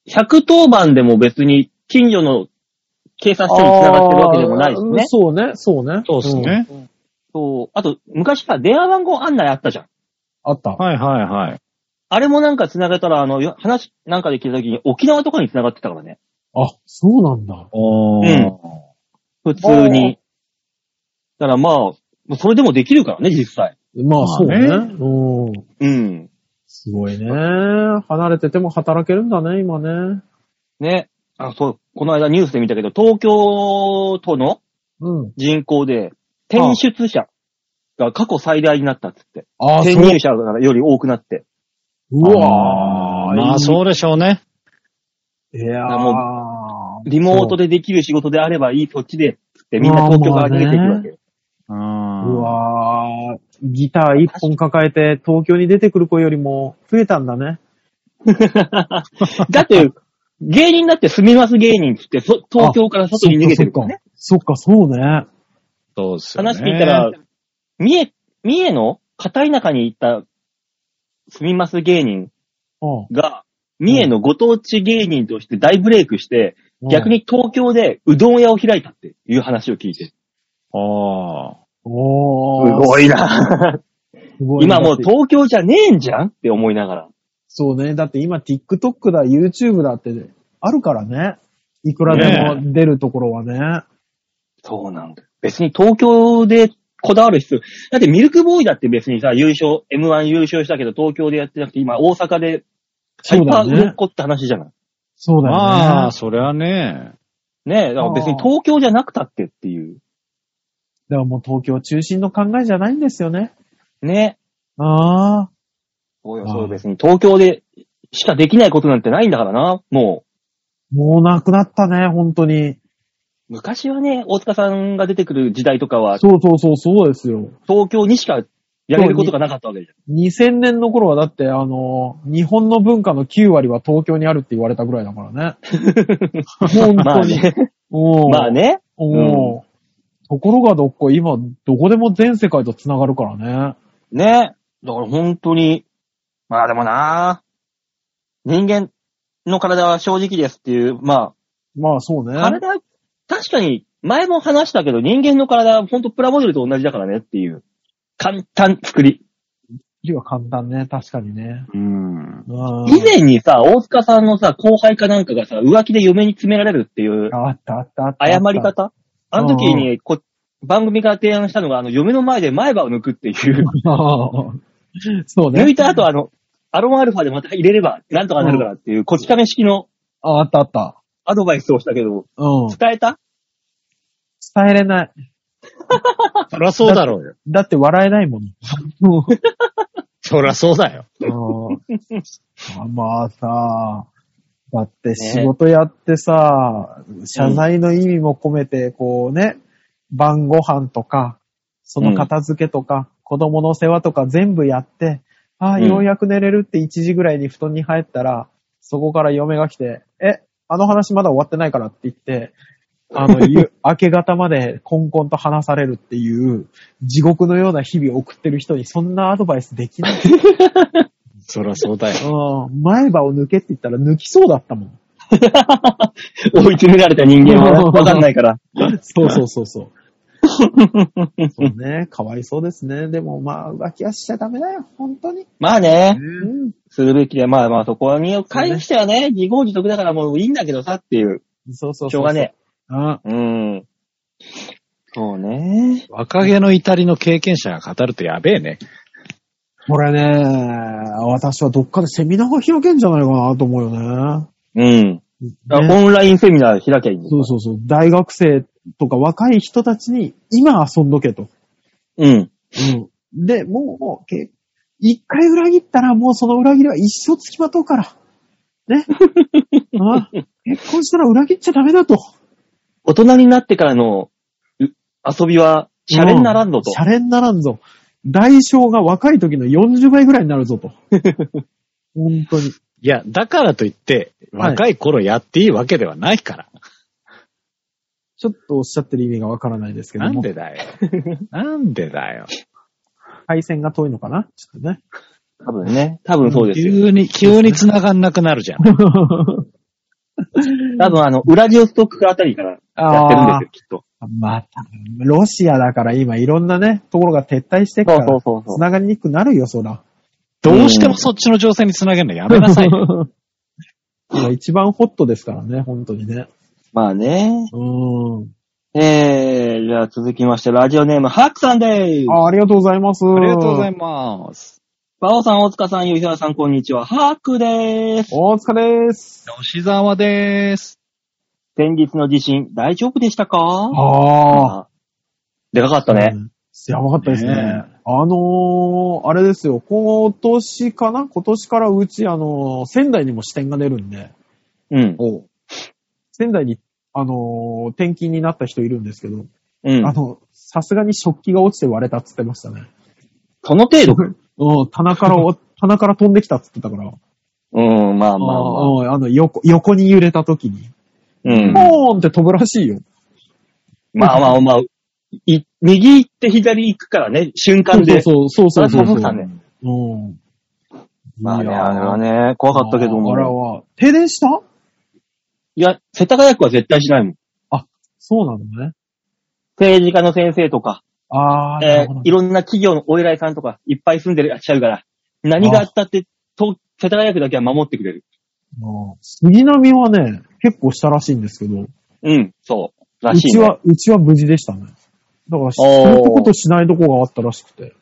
110番でも別に近所の警察署に繋がってるわけでもないしあーね。そうね、そうね。そうですんね。そう。あと、昔さ、電話番号案内あったじゃん。あった。はいはいはい。あれもなんか繋げたら、あの、よ話なんかできるときに沖縄とかに繋がってたからね。あ、そうなんだ。おうん普通に。だからまあ、それでもできるからね、実際。まあ、まあそうね。ねうん。うん。すごいね。離れてても働けるんだね、今ね。ね。あ、そう、この間ニュースで見たけど、東京都のうん。人口で、転出者が過去最大になったっつって。あ転入者がより多くなって。うわーまあそうでしょうね。いやだからもリモートで。でできる仕事であればいい、そっちで、つってみんな東京から逃げていくわけよ。う。うんわーギター一本抱えて東京に出てくる子よりも増えたんだね。 だって、芸人だって住みます芸人っつって、そ東京から外に逃げてるからね。そっか、そうね。そうっすよね。話聞いたら、、三重、三重の片田舎に行った、住みます芸人うんが、三重のご当地芸人として大ブレイクして、逆。に東京でうどん屋を開いたっていう話を聞いて。すああ。おー。いなすごい今もう東京じゃねえんじゃんって思いながら。そうね。だって今 TikTok だ、YouTube だってあるからね。いくらでも出るところはね。そうなんだ。別に東京でこだわる必要。だってミルクボーイだって別にさ、優勝、M1 優勝したけど東京でやってなくて今大阪でハそイうパだー売れっね。子って話じゃない。そうだよね。まあ、それはね。ねえ、だから別に東京じゃなくたってっていう。だからもう東京中心の考えじゃないんですよね。ねああ。そうよ、あーそうよ別に東京でしかできないことなんてないんだからな、ももうなくなったね、本当に。う。昔はね、大塚さんが出てくる時代とかは、そうそうそう、そうですよ。東京にしかやれることがなかったわけじゃん。 2000年の頃はだって、あの、日本の文化の9割は東京にあるって言われたぐらいだからね。本まあ当に。ね。お うまあね。おうところがどっこい、今、どこでも全世界と繋がるからね。ね。だから本当に、まあでもな人間の体は正直ですっていう、ままあそうね。あ、体、確かに前も話したけど人間の体は本当プラモデルと同じだからねっていう。簡単作り。字は簡単ね、確かにね。うん。うん以前にさ、大塚さんのさ、後輩かなんかがさ、浮気で嫁に詰められるっていうあったあったあった。謝り方あの時にこ、番組から提案したのが、あの、嫁の前で前歯を抜くっていう。ああ そうね。抜いた後、あの、アロンアルファでまた入れれば、なんとかなるからっていう、こち亀式のああったあった。アドバイスをしたけど、うん。伝えた 伝えれない。そりゃそうだろうよ。だって笑えないもの。そりゃそうだよ。あまあさ、だって仕事やってさ、謝罪の意味も込めて、こうね、晩ご飯とか、その片付けとか、子供の世話とか全部やって、ああ、うんようやく寝れるって1時ぐらいに布団に入ったら、そこから嫁が来て、え、あの話まだ終わってないからって言って、あの、ゆ明け方までコンコンと話されるっていう、地獄のような日々を送ってる人にそんなアドバイスできない。そりゃそうだよ。うん前歯を抜けって言ったら抜きそうだったもん。追い詰められた人間はねわかんないから。そうそうそう そう。そうね、かわいそうですね。でもまあ、浮気はしちゃダメだよ、本当に。 まあね、うん。するべきで、まあまあそこに関してはね、自業自得だからもういいんだけどさっていう、そうそうそうそう。しょうがねあ。え。うん。そうね。若気の至りの経験者が語るとやべえね。これね、私はどっかでセミナーが開けんじゃないかなと思うようん。だからね。ねオンラインセミナー開きゃいいんだそうそうそう。大学生とか若い人たちに今遊んどけと。うん。うん。で、もう、け一回裏切ったらもうその裏切りは一生つきまとうから。 ね。あ結婚したら裏切っちゃダメだと。大人になってからのう遊びは、シャレにならんぞとシ。ャレにならんぞ。代償が若い時の40倍ぐらいになる ぞと。本当に。いや、だからといって、はい若い頃やっていいわけではないから。ちょっとおっしゃってる意味がわからないですけどなんも。で だよ。なんでだよ。配線が遠いのかなちょ っとね。多分ね。多分そうですよ。急に、急に繋がんなくなるじゃん。多分あの、ウラジオストックあたりからやってるんですよ、きっと。また、ロシアだから今いろんなね、ところが撤退してっから、そうそうそうそう繋がりにくくなるよ、そら。どうしてもそっちの情勢に繋げるのやめなさい。今一番ホットですからね、本当にね。まあね。うーん。えー、じゃあ続きまして、ラジオネーム、ハックさんでーす。あありがとうございます。ありがとうございまます。バオさん、大塚さん、吉沢さん、こんにちは。ハックでーす。お疲れです。吉沢でーす。先日の地震、大丈夫でしたかああ。あ。でかかったね。やばかったですね。ねあのー、あれですよ、今年かな今年からうち、あのー仙台にも支店が出るんで、うん。仙台に、あのー転勤になった人いるんですけど、うんあ。の、さすがに食器が落ちて割れたっつってましたね。その程度。うん、棚から お、棚から飛んできたっつってたから、うん、まあまああまあ。ああの横、横に揺れた時に、うん。ポーンって飛ぶらしいよ。まあまあまあ。い右行って左行くからね、瞬間で。そうそうそうそうそそうそうう。だねうん。まあね、いやーあれはね、怖かったけどあれも。は、停電したいや、世田谷区は絶対しないもん。そうなのね。政治家の先生とか、あー、なえるーほどいろんな企業のお偉いさんとか、いっぱい住んでらっしゃるから、何があったって、と世田谷区だけは守ってくれる。ああ杉並はね、結構したらしいんですけど、うん、そう。らうしい、ちね。は、うちは無事でしたね。だから、すーるとことしないとこがあったらしくて。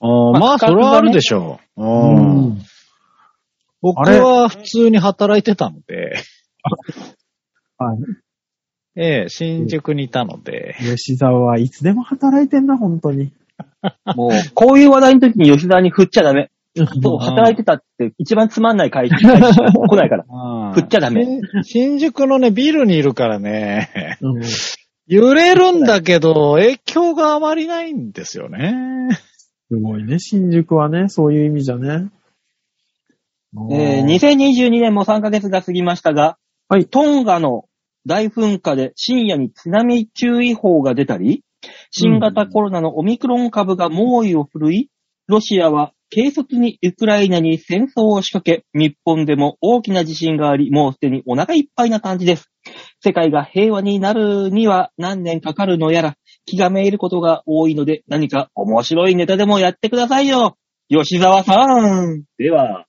あまーあまあ、価そ格がれねはあるでしょう。うんうん僕あれは普通に働いてたので、 はい。ええ、新宿にいたので、吉沢はいつでも働いてんな、本当に。もう、こういう話題の時に吉沢に振っちゃダメ。そう、働いてたって一番つまんない会議、会議しか来ないから。振っちゃダメ。新新宿のね、ビルにいるからね、うん揺れるんだけど、影響があまりないんですよね。すごいね、新宿はね、そういう意味じゃね。えーに2022年も3ヶ月が過ぎましたが、はいトンガの大噴火で深夜に津波注意報が出たり、新型コロナのオミクロン株が猛威を振るい、ロシアは軽率にウクライナに戦争を仕掛け、日本でも大きな地震があり、もうすでにお腹いっぱいな感じです。世界が平和になるには何年かかるのやら、気がめいることが多いので、何か面白いネタでもやってくださいよ吉沢さんでは、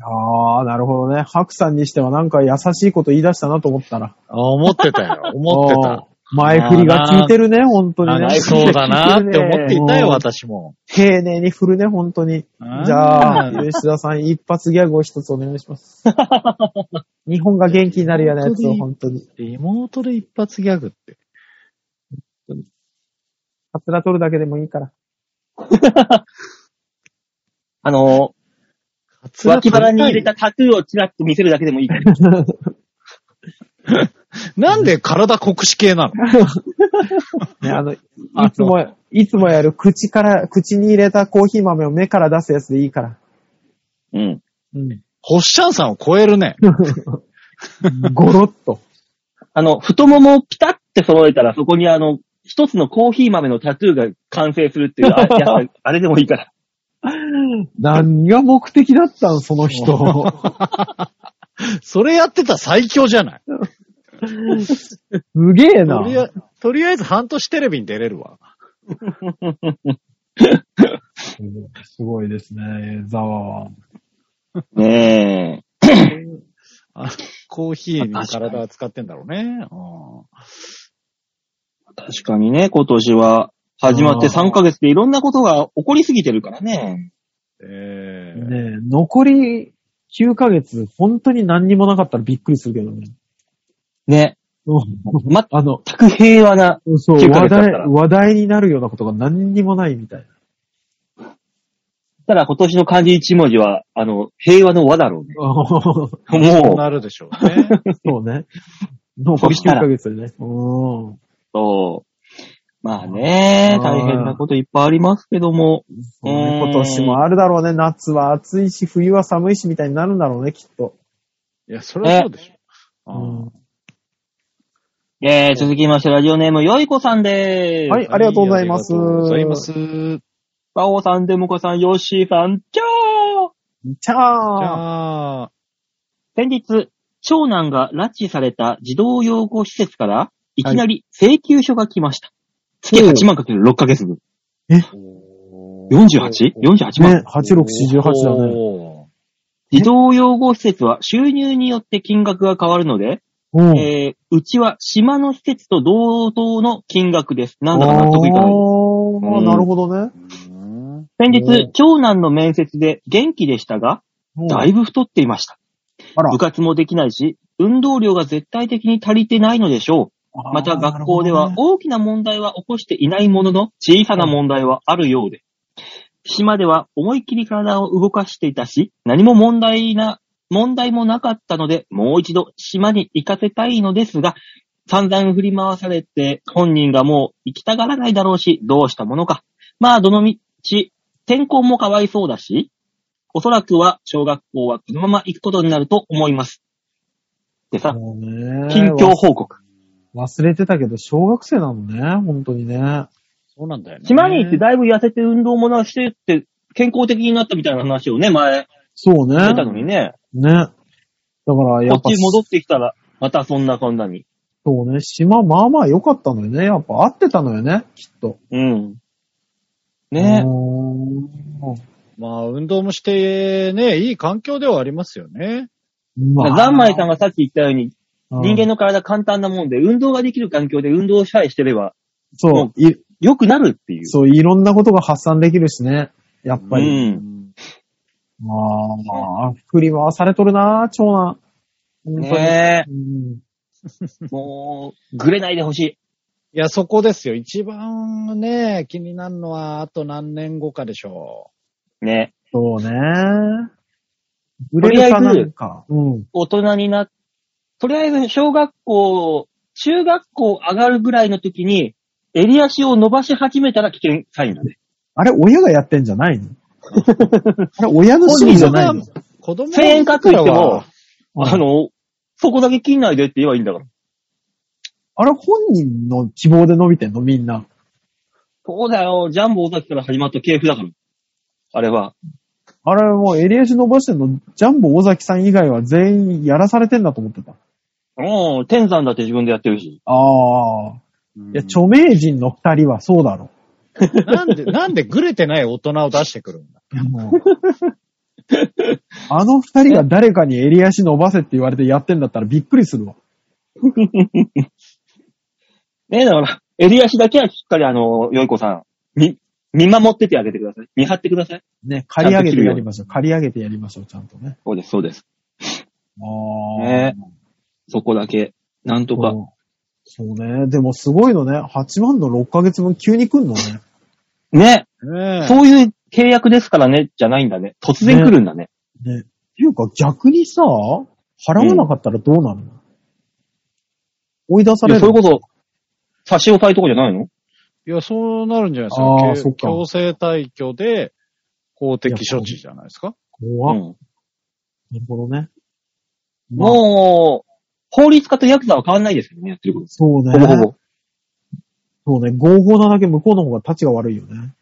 ああ、なるほどね。白さんにしてはなんか優しいこと言い出したなと思ったら。あ思ってたよ。思って あーた。。前振りが効いてるね、本当にあね。そうだなーって思っていた よ、うん私も。丁寧に振るね、本当に。じゃあ、吉田さん、一発ギャグを一つお願いし ます。日本が元気になるようなやつを、本当に。リモートで一発ギャグって。カツラ取るだけでもいい から。 あの、カツラ脇腹に入れたタトゥーをちらっと見せるだけでもいいから。なんで体酷使系なのね、あの、いあつも、いつもやる口から、口に入れたコーヒー豆を目から出すやつでいいから。うん。うん。ホッシャンさんを超えるね。 ゴロッ と。あの、太ももをピタって揃えたら、そこにあの、一つのコーヒー豆のタトゥーが完成するっていう、あや っぱあれでもいいから。何が目的だったん、その人。それやってたら最強じゃないすげえとりあな。えとりあえず半年テレビに出れるわ。すごいですね、ザワは。ねえ。あコーヒーに体使ってんだろうね。うん確かにね、今年は、始まってあー3ヶ月でいろんなことが起こりすぎてるからね。ええねえ残り9ヶ月、本当に何にもなかったらびっくりするけどね。ね。うん全あの、く平和な。そう、 9ヶ話月だった題、ら話題になるようなことが何にもないみたいな。ただ今年の漢字一文字は、あの、平和の和だろうね。 そそうもう、なるでしょうね。うね。残り9ヶ月でね。うん。そう。まあね、大変なこといっぱいありますけども。そうねうーん今年もあるだろうね。夏は暑いし、冬は寒いしみたいになるんだろうね、きっと。いや、それはそうでしょ。うんえー、続きまして、ラジオネーム、よいこさんでーす。はいありがとうございますありがとうございます。じバオさん、デモカさん、ヨッシーさん、チャーちゃーゃあ、先日、長男が拉致された児童養護施設から、いきなり請求書が来ました。月8万かける6ヶ月分。48?48 万、ね、86、48だね。ね。児童養護施設は収入によって金額が変わるので、うん。えー、うちは島の施設と同等の金額です。なんだか納得いかない。あうーんなるほどね。うん先お日、長男の面接で元気でしたが、うんだいぶ太っていました。あら部活もできないし、運動量が絶対的に足りてないのでしょう。また学校では大きな問題は起こしていないものの、小さな問題はあるようで。島では思いっきり体を動かしていたし、何も問題な、問題もなかったので、もう一度島に行かせたいのですが、散々振り回されて、本人がもう行きたがらないだろうし、どうしたものか。まあ、どの道、転校もかわいそうだし、おそらくは小学校はこのまま行くことになると思います。でさ、もうね近況報告。忘れてたけど、小学生なのね、本当にね。そうなんだよね。島に行ってだいぶ痩せて運動もなしてって、健康的になったみたいな話をね、前、そうね。してたね。のにね。だから、やこっっぱ、ち戻ってきたら、またそんなこんなに。そうね、島、まあまあ良かったのよね。やっぱ合ってたのよね、きっと。うん。ねうーんまあ、運動もして、ね、いい環境ではありますよね。まあザンマイさんがさっき言ったように、うん人間の体簡単なもんで、運動ができる環境で運動さえしてれば、そう、い、良くなるっていう。そう、いろんなことが発散できるしね。やっぱうり。ん。まあ、振り回されとるな、長男。本当にねうんえ、もう、ぐれないでほしい。いや、そこですよ。一番ね、気になるのは、あと何年後かでしょね。そうね。と売りあれえるずかなんか。うん。大人になっ、とりあえず小学校、中学校上がるぐらいの時に、襟足を伸ばし始めたら危険サインだね。あれ、親がやってんじゃない のあれ、親のう。趣味じゃないの子供1000円かといっても、うんあの、そこだけ切んないでって言えばいいんだから。あれ、本人の希望で伸びてんのみんな。そうだよ、ジャンボ尾崎から始まった系譜だから。あれは。あれ、もう、エリエシ伸ばしてんの、ジャンボ尾崎さん以外は全員やらされてんだと思ってた。うん、天山だって自分でやってるし。ああ。いや、著名人の二人はそうだ ろなんで、なんでぐれてない大人を出してくるんだ。う。もうあの二人が誰かに襟足伸ばせって言われてやってんだったらびっくりするわ。ねえ、だから、襟足だけはしっかりあの、よいこさん、み、見守っててあげてください。見張ってください。ね、借り上げてやりましょう。借り上げてやりましょう、ちゃんとね。そうです、そうです。ああ。ねそこだけ。なんとか。そうそうね。でもすごいのね。8万の6ヶ月分急に来んのね。ね、ねえそういう契約ですからね、じゃないんだね。突然来るんだね。ね。っていうか逆にさ、払わなかったらどうなるの、追い出さいれやるそれこそ、差し押さえとかじゃないのいや、そうなるんじゃないですあーかそっ強。か強制退去で、法的処置じゃないですか。怖っ、うんなるほどね。まあもう、法律家とヤクザは変わんないですよね、やってること。そうね。ほぼほぼ。そうね。合法なだけ向こうの方が立ちが悪いよね。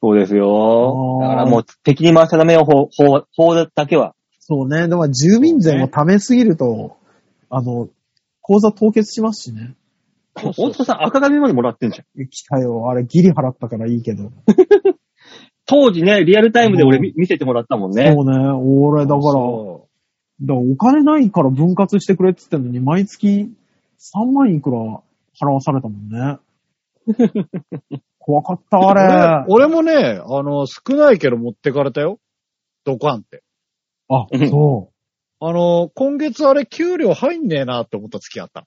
そうですよ。あーだからもう敵に回したためよ、法、法、法だけは。そうね。だから住民税も貯めすぎると、あの、口座凍結しますしね。そうそ大う塚さん赤髪までもらってんじゃん。来たよ。あれギリ払ったからいいけど。当時ね、リアルタイムで俺うん見見せてもらったもんね。そうね。俺、だから、だからそお金ないから分割してくれって言ってんのに、毎月3万いくら払わされたもん ね。怖かった、うあれ。俺俺もね、あの、少ないけど持ってかれたよ。ドカンって。あうん、そあの、今月あれ給料入んねえなって思った月あった。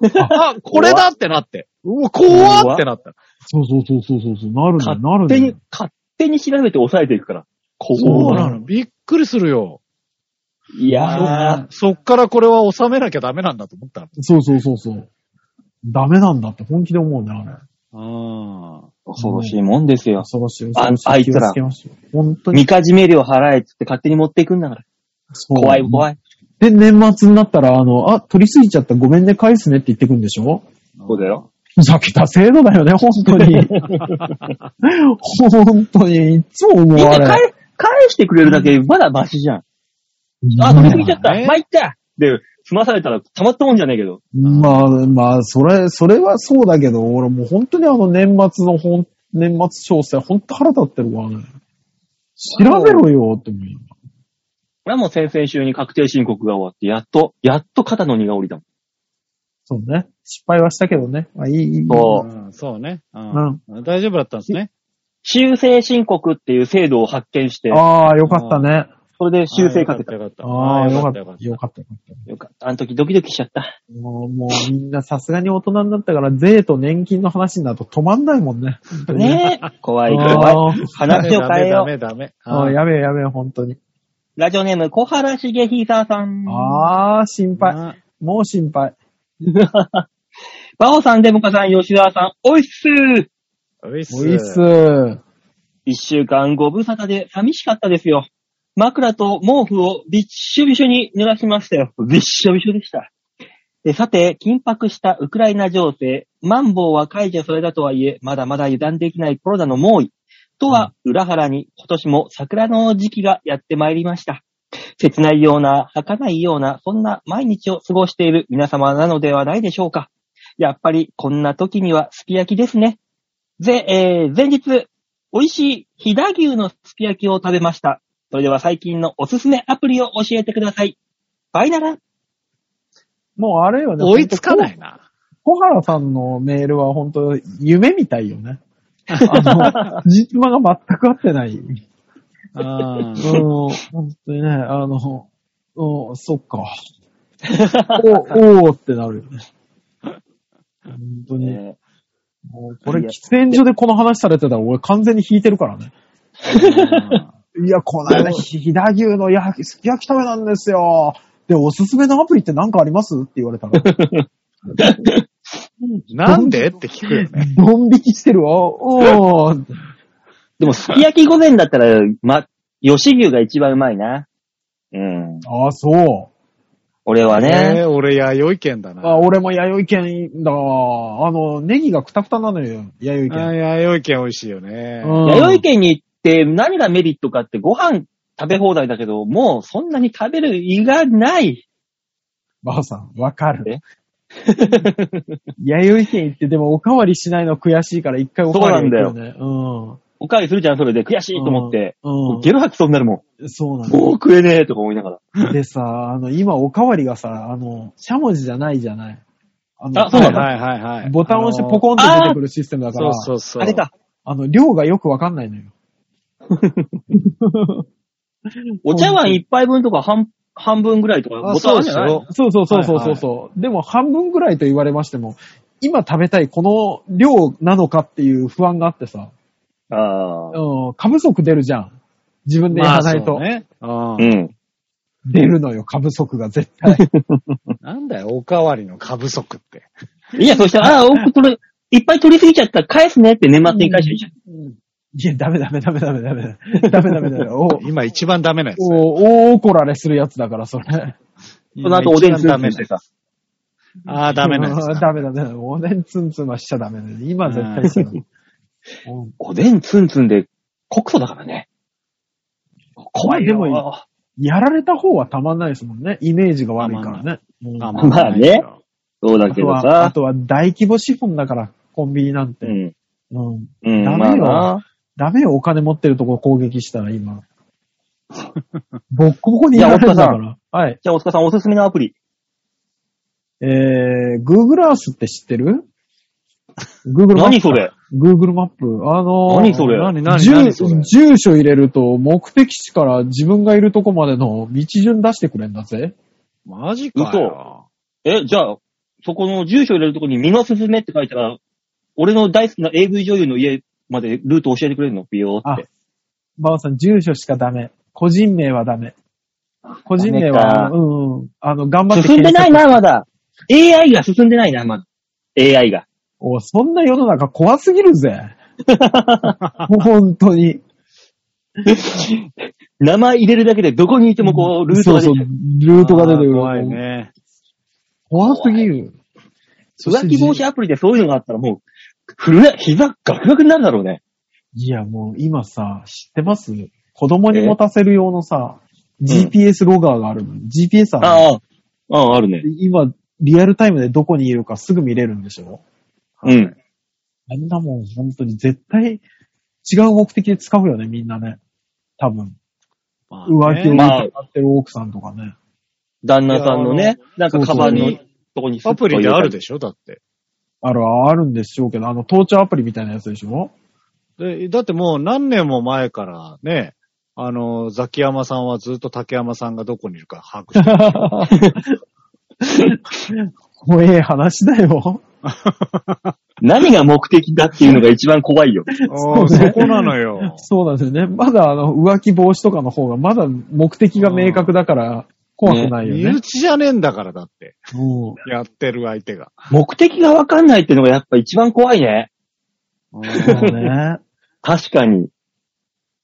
あ、これだってなって。うわ、怖ってなった。う。そうそうそうそうそうそう。なるね、な勝る手にね。、勝手に調べて抑えていくから。そうそうだなの。びっくりするよ。いやー、そっからこれは収めなきゃダメなんだと思ったそうそうそうそう。ダメなんだって本気で思うね、あれ。の。恐ろしいもんですよ。恐ろしい。あ恐ろしあい気つらをつけましょう。本当に。みかじめ料払えってって勝手に持っていくんだから。怖いい。怖い。で、年末になったら、あの、あ、取りすぎちゃった、ごめんね、返すねって言ってくんでしょそうだよ。ふざけた制度だよね、本当に。 本当に、いつも思いやわれ。返、返してくれるだけまだマシじゃん。あ、取り過ぎちゃった。ね参った。で、済まされたらたまったもんじゃねえけど。まあ、まあ、それ、それはそうだけど、俺もう本当にあの年末のほん、年末調整、本当腹立ってるわね。調べろよって思うよ。俺はもう先々週に確定申告が終わって、やっと、やっと肩の荷が下りたもん。そうね。失敗はしたけどね。まあ、いい、いい。そううんそうね。ううん大丈夫だったんですね。修正申告っていう制度を発見して、ああ、よかったね。それで修正かけた。あーよかった。ああ、よかっーた。よかった。よかった。よかった。あの時ドキドキしちゃった。もう、もうみんなさすがに大人になったから、税と年金の話になると止まんないもんね。ねえ。怖い怖い。 あー話を変えよダう。メダメあダー、メ。やべえやべえ、本当に。ラジオネーム、小原茂久さん。ああ、心配。あもう心配。 バオさん、デモカさん、吉沢さん、おいっすーー。ウィス。もういいっす。あ一週間ご無沙汰で寂しかったですよ。枕と毛布をびっしょびしょに濡らしましたよ。びっしょびしょでした。えさて、緊迫したウクライナ情勢、マンボウは解除されたとはいえ、まだまだ油断できないコロナの猛威とは裏腹に、今年も桜の時期がやってまいりました。切ないような、儚いような、そんな毎日を過ごしている皆様なのではないでしょうか。やっぱり、こんな時にはすき焼きですね。ぜ、えー前日、美味しい飛騨牛のすき焼きを食べました。それでは最近のおすすめアプリを教えてください。バイナラもうあれよね。追いつかないな。小原さんのメールは本当夢みたいよね。あの、実話が全く合ってない。ううんん、本当にね、あの、うん、そっか。お、おーってなるよね。本当に。えもうこれ、喫煙所でこの話されてたら俺完全に引いてるからね。いや、この間、ひだ牛の焼き、すき焼き食べなんですよ。で、おすすめのアプリって何かありますって言われたら、なんでって聞くよ ね。ドン引きしてるわ。おー。でも、すき焼き御膳だったら、ま、吉牛が一番うまいな。うん。ああ、そう。俺はね。えー俺、弥生県だあな。俺も弥生県だわ。あの、ネギがくたくたなのよ、弥生あ県。弥生県美味しいよね。うん弥生県に行って何がメリットかってご飯食べ放題だけど、もうそんなに食べる意がない。ばあさん、わかえ る。弥生県行って、でもおかわりしないの悔しいから一回おかわり行くよね。うん。おかわりするじゃん、それで悔しいと思って。うんゲロ吐きそうになるも。そうなんのもう食えねえとか思いながでさ、あの、今おかわりがさ、あの、しゃもじじゃないじゃない。あのあそうなのはいはいはいはい。ボタンを押してポコンって出てくるシステムだあかのら、ーそうそら。あうそう。れか。あの、量がよくわかんないのよ。お茶碗一杯分とか半、半分ぐらいとか、あボタンあるんじゃないそうそうそうそうそうそう。そうでも半分ぐらいと言われましても、今食べたいこの量なのかっていう不安があってさ、ああ。うん、過不足出るじゃん。自分でやまらあ、なそいうと。ね。ううんん。出るのよ、過不足が絶対。なんだよ、おかわりの過不足って。いや、そしたら、ああ、多く取れ、いっぱい取りすぎちゃった、返すねって年末に返してるじゃん。いや、ダメダメダメダメダメダメダメダメダメ。お、今一番ダメなやつね。お、大怒られするやつだから、それ。その後おでん一ツ番ダンツンメなしてやつ。さ。ああ、ダメなやつうんだ。ダメダメダメ。おねんつんつんはしちゃダメだよ。今絶対しちゃダメ。うんおでんツンツンで、国素だからね。怖いよ。まあでもやられた方はたまんないですもんね。イメージが悪いからね。うんあまあね。そうだあけとどは、あさ。とは大規模資本だから、コンビニなんうて。ん。うん。うん。ダメよダメよ、お金持ってるとこ攻撃したら今。ボッコボコにやられるんだかいら。はい。じゃあ、大塚さんおすすめのアプリ。えー、Google Earth って知ってる ?Google マップ。何それ ?Google マップ。あのー、何それ何何住何それ住所入れると目的地から自分がいるとこまでの道順出してくれんだぜ。マジかよ。え、じゃあ、そこの住所入れるとこに、身のすすめって書いたら、俺の大好きな AV 女優の家までルート教えてくれるのビヨーって。ばあさん、住所しかダメ。個人名はダメ。個人名ダメかは、うんうん。あの、頑張って進んでない検な、ま索。だ。AI が進んでないな、まだ。AI が。おそんな世の中怖すぎ るぜ。本当に。名前入れるだけでどこにいてもこう、ルートが出そうてそうる。、ルートが出てくる。怖いね。怖すぎる。浮気防止アプリでそういうのがあったらもう、震え、膝ガクガクになるだろうね。いや、もう今さ、知ってます子供に持たせる用のさ、GPS ロガーがあるの。GPS あるああ、ああ、あるね。の今、リアルタイムでどこにいるかすぐ見れるんでしょうん。あんなもん、本当に絶対違う目的で使うよね、みんなね。多分。まあ浮ね気を疑まあってる奥さんとかね。旦那さんのね、なんかカバンそのうそとこにアプリであるでししょだって。ある、あるんでしょうけど、あの、盗聴アプリみたいなやつでしょでだってもう何年も前からね、あの、ザキヤマさんはずっと竹山さんがどこにいるか把握して る。怖え話だよ。ょ。何が目的だっていうのが一番怖い よ。あーそこなのよ。 そうなんですよね。まだあの、浮気防止とかの方が、まだ目的が明確だから、怖くないよ身ね。内じゃねえんだからだって。うんやってる相手が。目的がわかんないっていうのがやっぱ一番怖いね。そうね。確かに。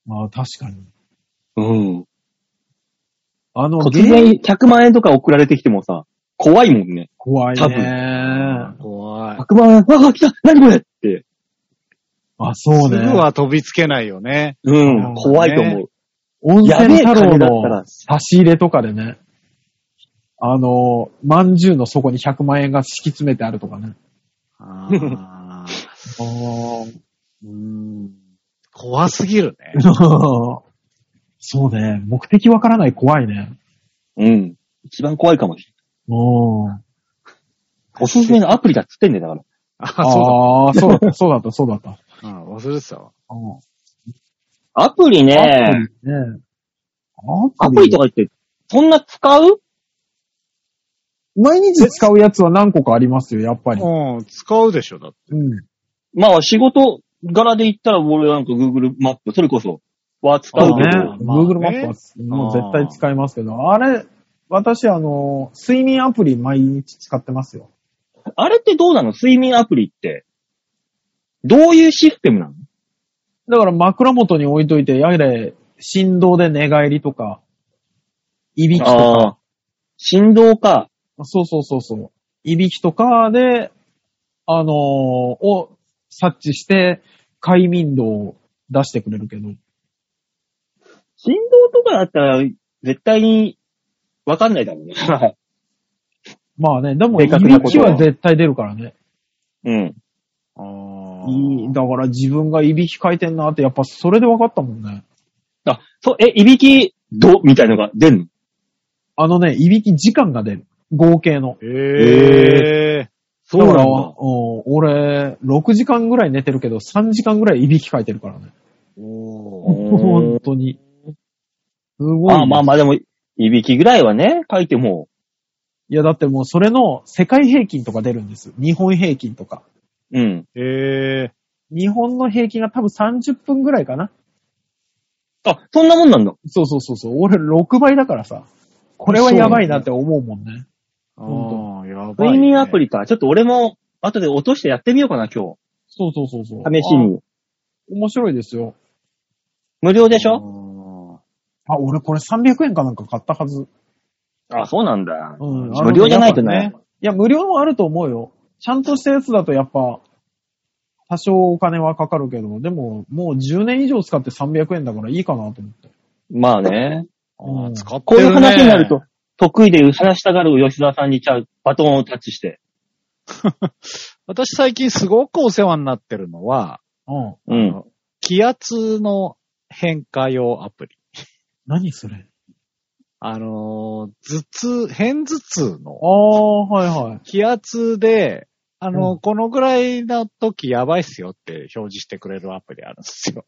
まあ確かに。うん。あの、突ゲーム然100万円とか送られてきてもさ、怖いもんね。怖い多ね。怖い。 100万円、わあ、来た何これって。あ、そうすぐね。は飛びつけないよね。うん。ん怖いと思う。温泉太や郎べえ金だったらの差し入れとかでね。あの、まんじゅうの底に100万円が敷き詰めてあると かね。あーあうーん怖すぎるね。そうね。目的わからない怖いね。うん。一番怖いかもしれおー。ない。おすすめのアプリだっつってんねんだから。あ、そああー、そうだった、そうだった、そうだった。うだ。うん、忘れてたわ。うんアプリアプね、リね。アアプリとか。か言って、そんな使う毎日使うやつは何個かありますよ、やっぱり。うん、使うでしょ、だって。うん。まあ仕事柄で言ったら俺なんか Google マップ、それこそ、は使そううけねど、。まあね Google マップはもう絶対使いますけど、あれ、私あの、睡眠アプリ毎日使ってますよ。あれってどうなの睡眠アプリって。どういうシステムなのだから枕元に置いといて、やれ、振動で寝返りとか、いびきとか、ああ。振動か。そうそうそうそう、いびきとかで、あのーを察知して、快眠度を出してくれるけど。振動とかだったら、絶対に、わかんないだろうね。はい。まあね、でも、い正確なびこときは絶対出るからね。 うん。あいいあ。だから自分がいびきかいてんなって、やっぱそれで分かったもんね。あ、そう、え、いびき、ど、みたいのが出んのあのね、いびき時間が出る。合計の。ええ。そだから、うん俺、6時間ぐらい寝てるけど、3時間ぐらいいびきかいてるからね。ー本当に。すごい。あまあまあでも、いびきぐらいはね、書いても、いや、だってもうそれの世界平均とか出るんです。日本平均とか。うん。ええ。日本の平均が多分30分ぐらいかな。あ、そんなもんなんだ。そうそうそうそう。俺6倍だからさ。これはやばいなって思うもんね。あ本あ、やばい。睡眠アプ。リか。ちょっと俺も、後で落としてやってみようかな、今そうそうそうそう。日。試しあ。に。面白いですよ。無料ででしょあ、俺これ300円かなんか買ったはず。あ、そうなんだ。うん無料じゃないとね。あのやっぱいや、無料もあると思うよ。ちゃんとしたやつだとやっぱ、多少お金はかかるけど、でも、もう10年以上使って300円だからいいかなと思って。まあね。ああ、使ってるこういね。う話になると、得意で話したがる吉沢さんにちゃう、バトンをタッチして。私最近すごくお世話になってるのは、うん。うん。気圧の変化用アプリ。何それあのー、頭痛、偏頭痛のああ、はいはい。気圧で、あのー、うこのぐらいの時やばいっすよって表示してくれるアプリあるんですよ。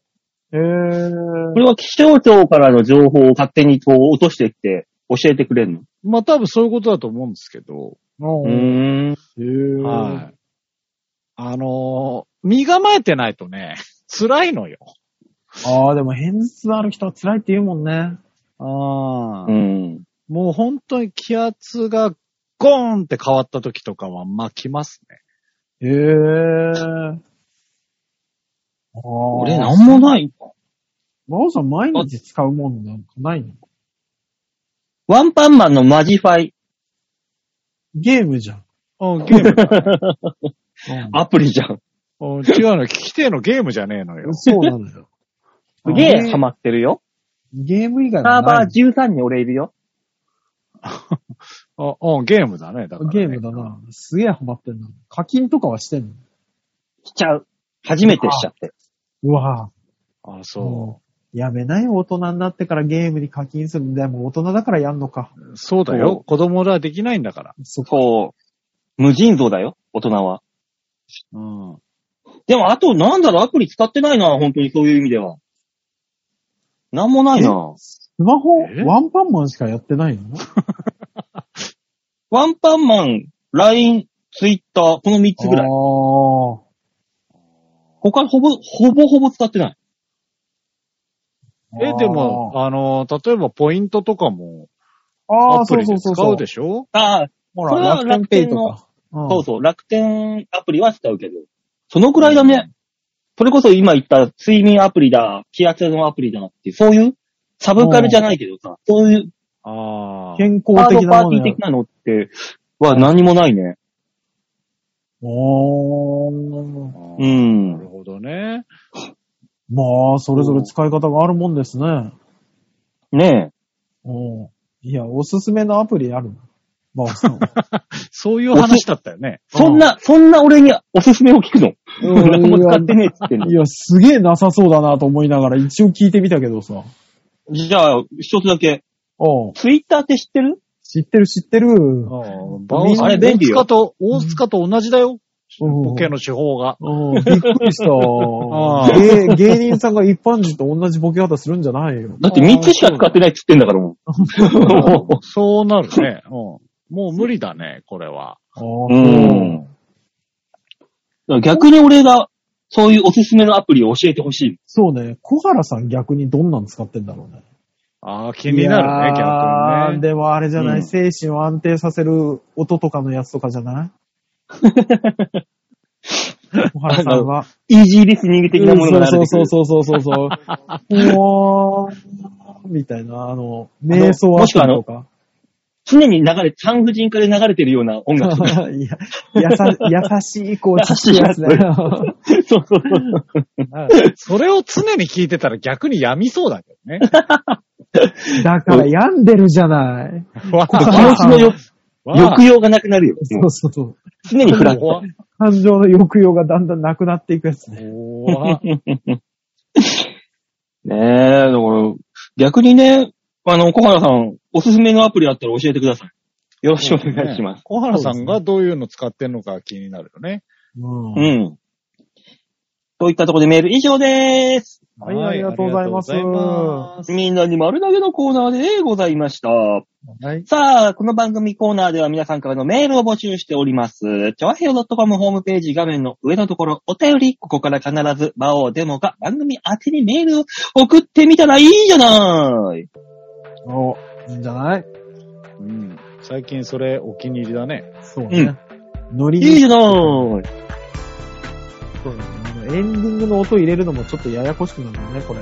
へえ。これは気象庁からの情報を勝手にこう落としてきて、教えてくれるの。まあ多分そういうことだと思うんですけど、ううーん。ん。へえ。はい。あのー、身構えてないとね、 辛いのよ。ああ、でも偏頭痛ある人は辛いって言うもんね。あうーん。もう本当に気圧がゴーンって変わった時とかは、まあ来ますね。へえ。ああ。俺なんもない。馬王さん毎日使うもんなんかないのワンパンマンのマジファ イ。ゲームじゃん。うん、ゲームだアプリじゃん。うん違うの、聞き手のゲームじゃねえのよ。そうなのよ。 すげえハマってるよ。ゲーム以外サはーバなーい。 13に俺いるよ。あ、うん、ゲームだね。だからねゲームだな。すげえハマってんな。課金とかはしてんのしちゃう。初めてしちゃって。うわぁ。あ、そもう、やめない大人になってからゲームに課金する。でも大人だからやんのか。う。そうだそよ。子供らはできないんだから。そそこ。う。無尽蔵だよ、大人は。うん。でも、あと、なんだろう、アプリ使ってないな、本当にそういう意味では。なんもないな。スマホ、えワンパンマンしかやってないのワンパンマン、LINE、Twitter、この3つぐらい。あ他ほぼ、ほぼほぼ使ってない。え、あーでも、あの、例えばポイントとかも、あ。あアあ、そプうリそでうそう使そうう。でしょああ、ほそれら、は楽天ペイと楽か。うんそうそう、楽天アプリは使うけど。そのくらいだね。それこそ今言った睡眠アプリだ、気圧のアプリだっていう、そういうサブカルじゃないけどさ、そういうああ。健カ康ー的ドパなーもティーのや的。なのって、は何もないね。おー。あうーんなる。ほどね。まあ、それぞれ使い方があるもんですね。ねえ。おいや、おすすめのアプリあるバオさ んは。そういう話だったよね。そんな、そんな俺におすすめを聞くの。何も使ってねえっつってんのい。や、すげえなさそうだなと思いながら一応聞いてみたけどさ。じゃあ、一つだけ。うん。ツイッターって知ってる知ってる知ってる。うん。ああバオさん、あれ便大利よ塚と、大塚と同じだよ。うんボケの手法が。びっくりしたああ芸。芸人さんが一般人と同じボケ方するんじゃないよ。だって3つしか使ってないっつってんだからもう。そうなるね。うんもう無理だね、これは。ああうん。だから逆に俺が、そういうおすすめのアプリを教えてほしい。そうね。小原さん逆にどんなん使ってんだろうね。ああ、気にいなるね、やー逆にね。でもあれじゃない、うん精神を安定させる音とかのやつとかじゃ ない小原さんは。イージーリスニング的なものが出てくる。そうそうそうそうそうそう。ほーみたいな、あの、瞑想アプリとか。常に流れ、産婦人科で流れてるような音 楽。そういややさ優しい、こう、優しいやつね。そうそう。それを常に聞いてたら逆に病みそうだけどね。だから病んでるじゃない。わ気持あちのよわあ抑揚がなくなるよ。そうそうそう。常にフラット怖。感情の抑揚がだんだんなくなっていくやつね。怖ねえ、だから、逆にね、あの、小原さん、おすすめのアプリあったら教えてください。よろしくお願いします。小原さんがどういうの使ってんのか気になるよね。うんうん。といったところでメール以上でーす。はいありがとうございますありがとうございますみんなに丸投げのコーナーでございました。はい。さあ、この番組コーナーでは皆さんからのメールを募集しております。ちょわへよ .com ホームページ画面の上のところ、お便り、ここから必ず、魔王デモが番組宛てにメールを送ってみたらいいじゃない。お、いいんじゃないうん最近それお気に入りだね。そうね。ノリいいに、じゃない。そうねエンディングの音入れるのもちょっとややこしくなるよね、これ。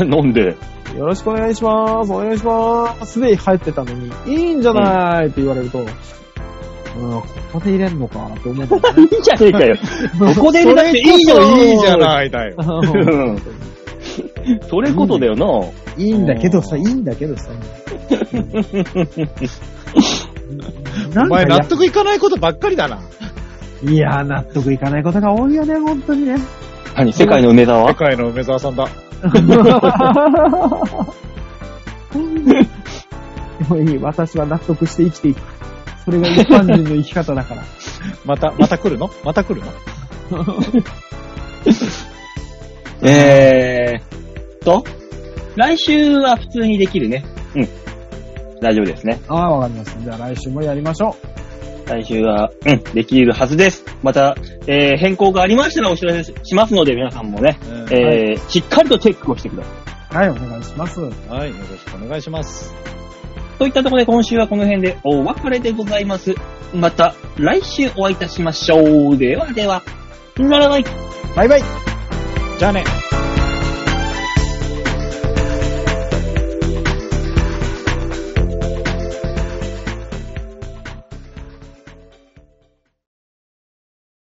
なんかなんでねよろしくお願いします。お願いします。すでに入ってたのに、いいんじゃないって言われると、うん、ここで入れんのかって思うんだよね。いい じゃねえかよ。ここで入れなくていいじゃん。いいじゃないだよ。うんそれこそだよな。いいんだけどさ、いいんだけどさ。なおんか前や納得いかないことばっかりだな。いやー、納得いかないことが多いよね、本当 にね。何世界の梅沢世界の梅沢さんだ。でもいい、私は納得して生きていく。それが一般人の生き方だから。また、また来るのまた来るのえーと、来週は普通にできるね。うん。大丈夫ですね。 ああ、わかります。じゃあ来週もやりましょ来週は、うん、できるはずです。また、えー、変更がありましたらお知らせしますので、皆さんもね、うんえーしっかりとチェックをしてください。う。はい、お願いします。はい、よろしくお願いします。といったところで今週はこの辺でお別れでございます。また来週お会いいたしましょう。ではでは、ならない。バイバイじゃあね。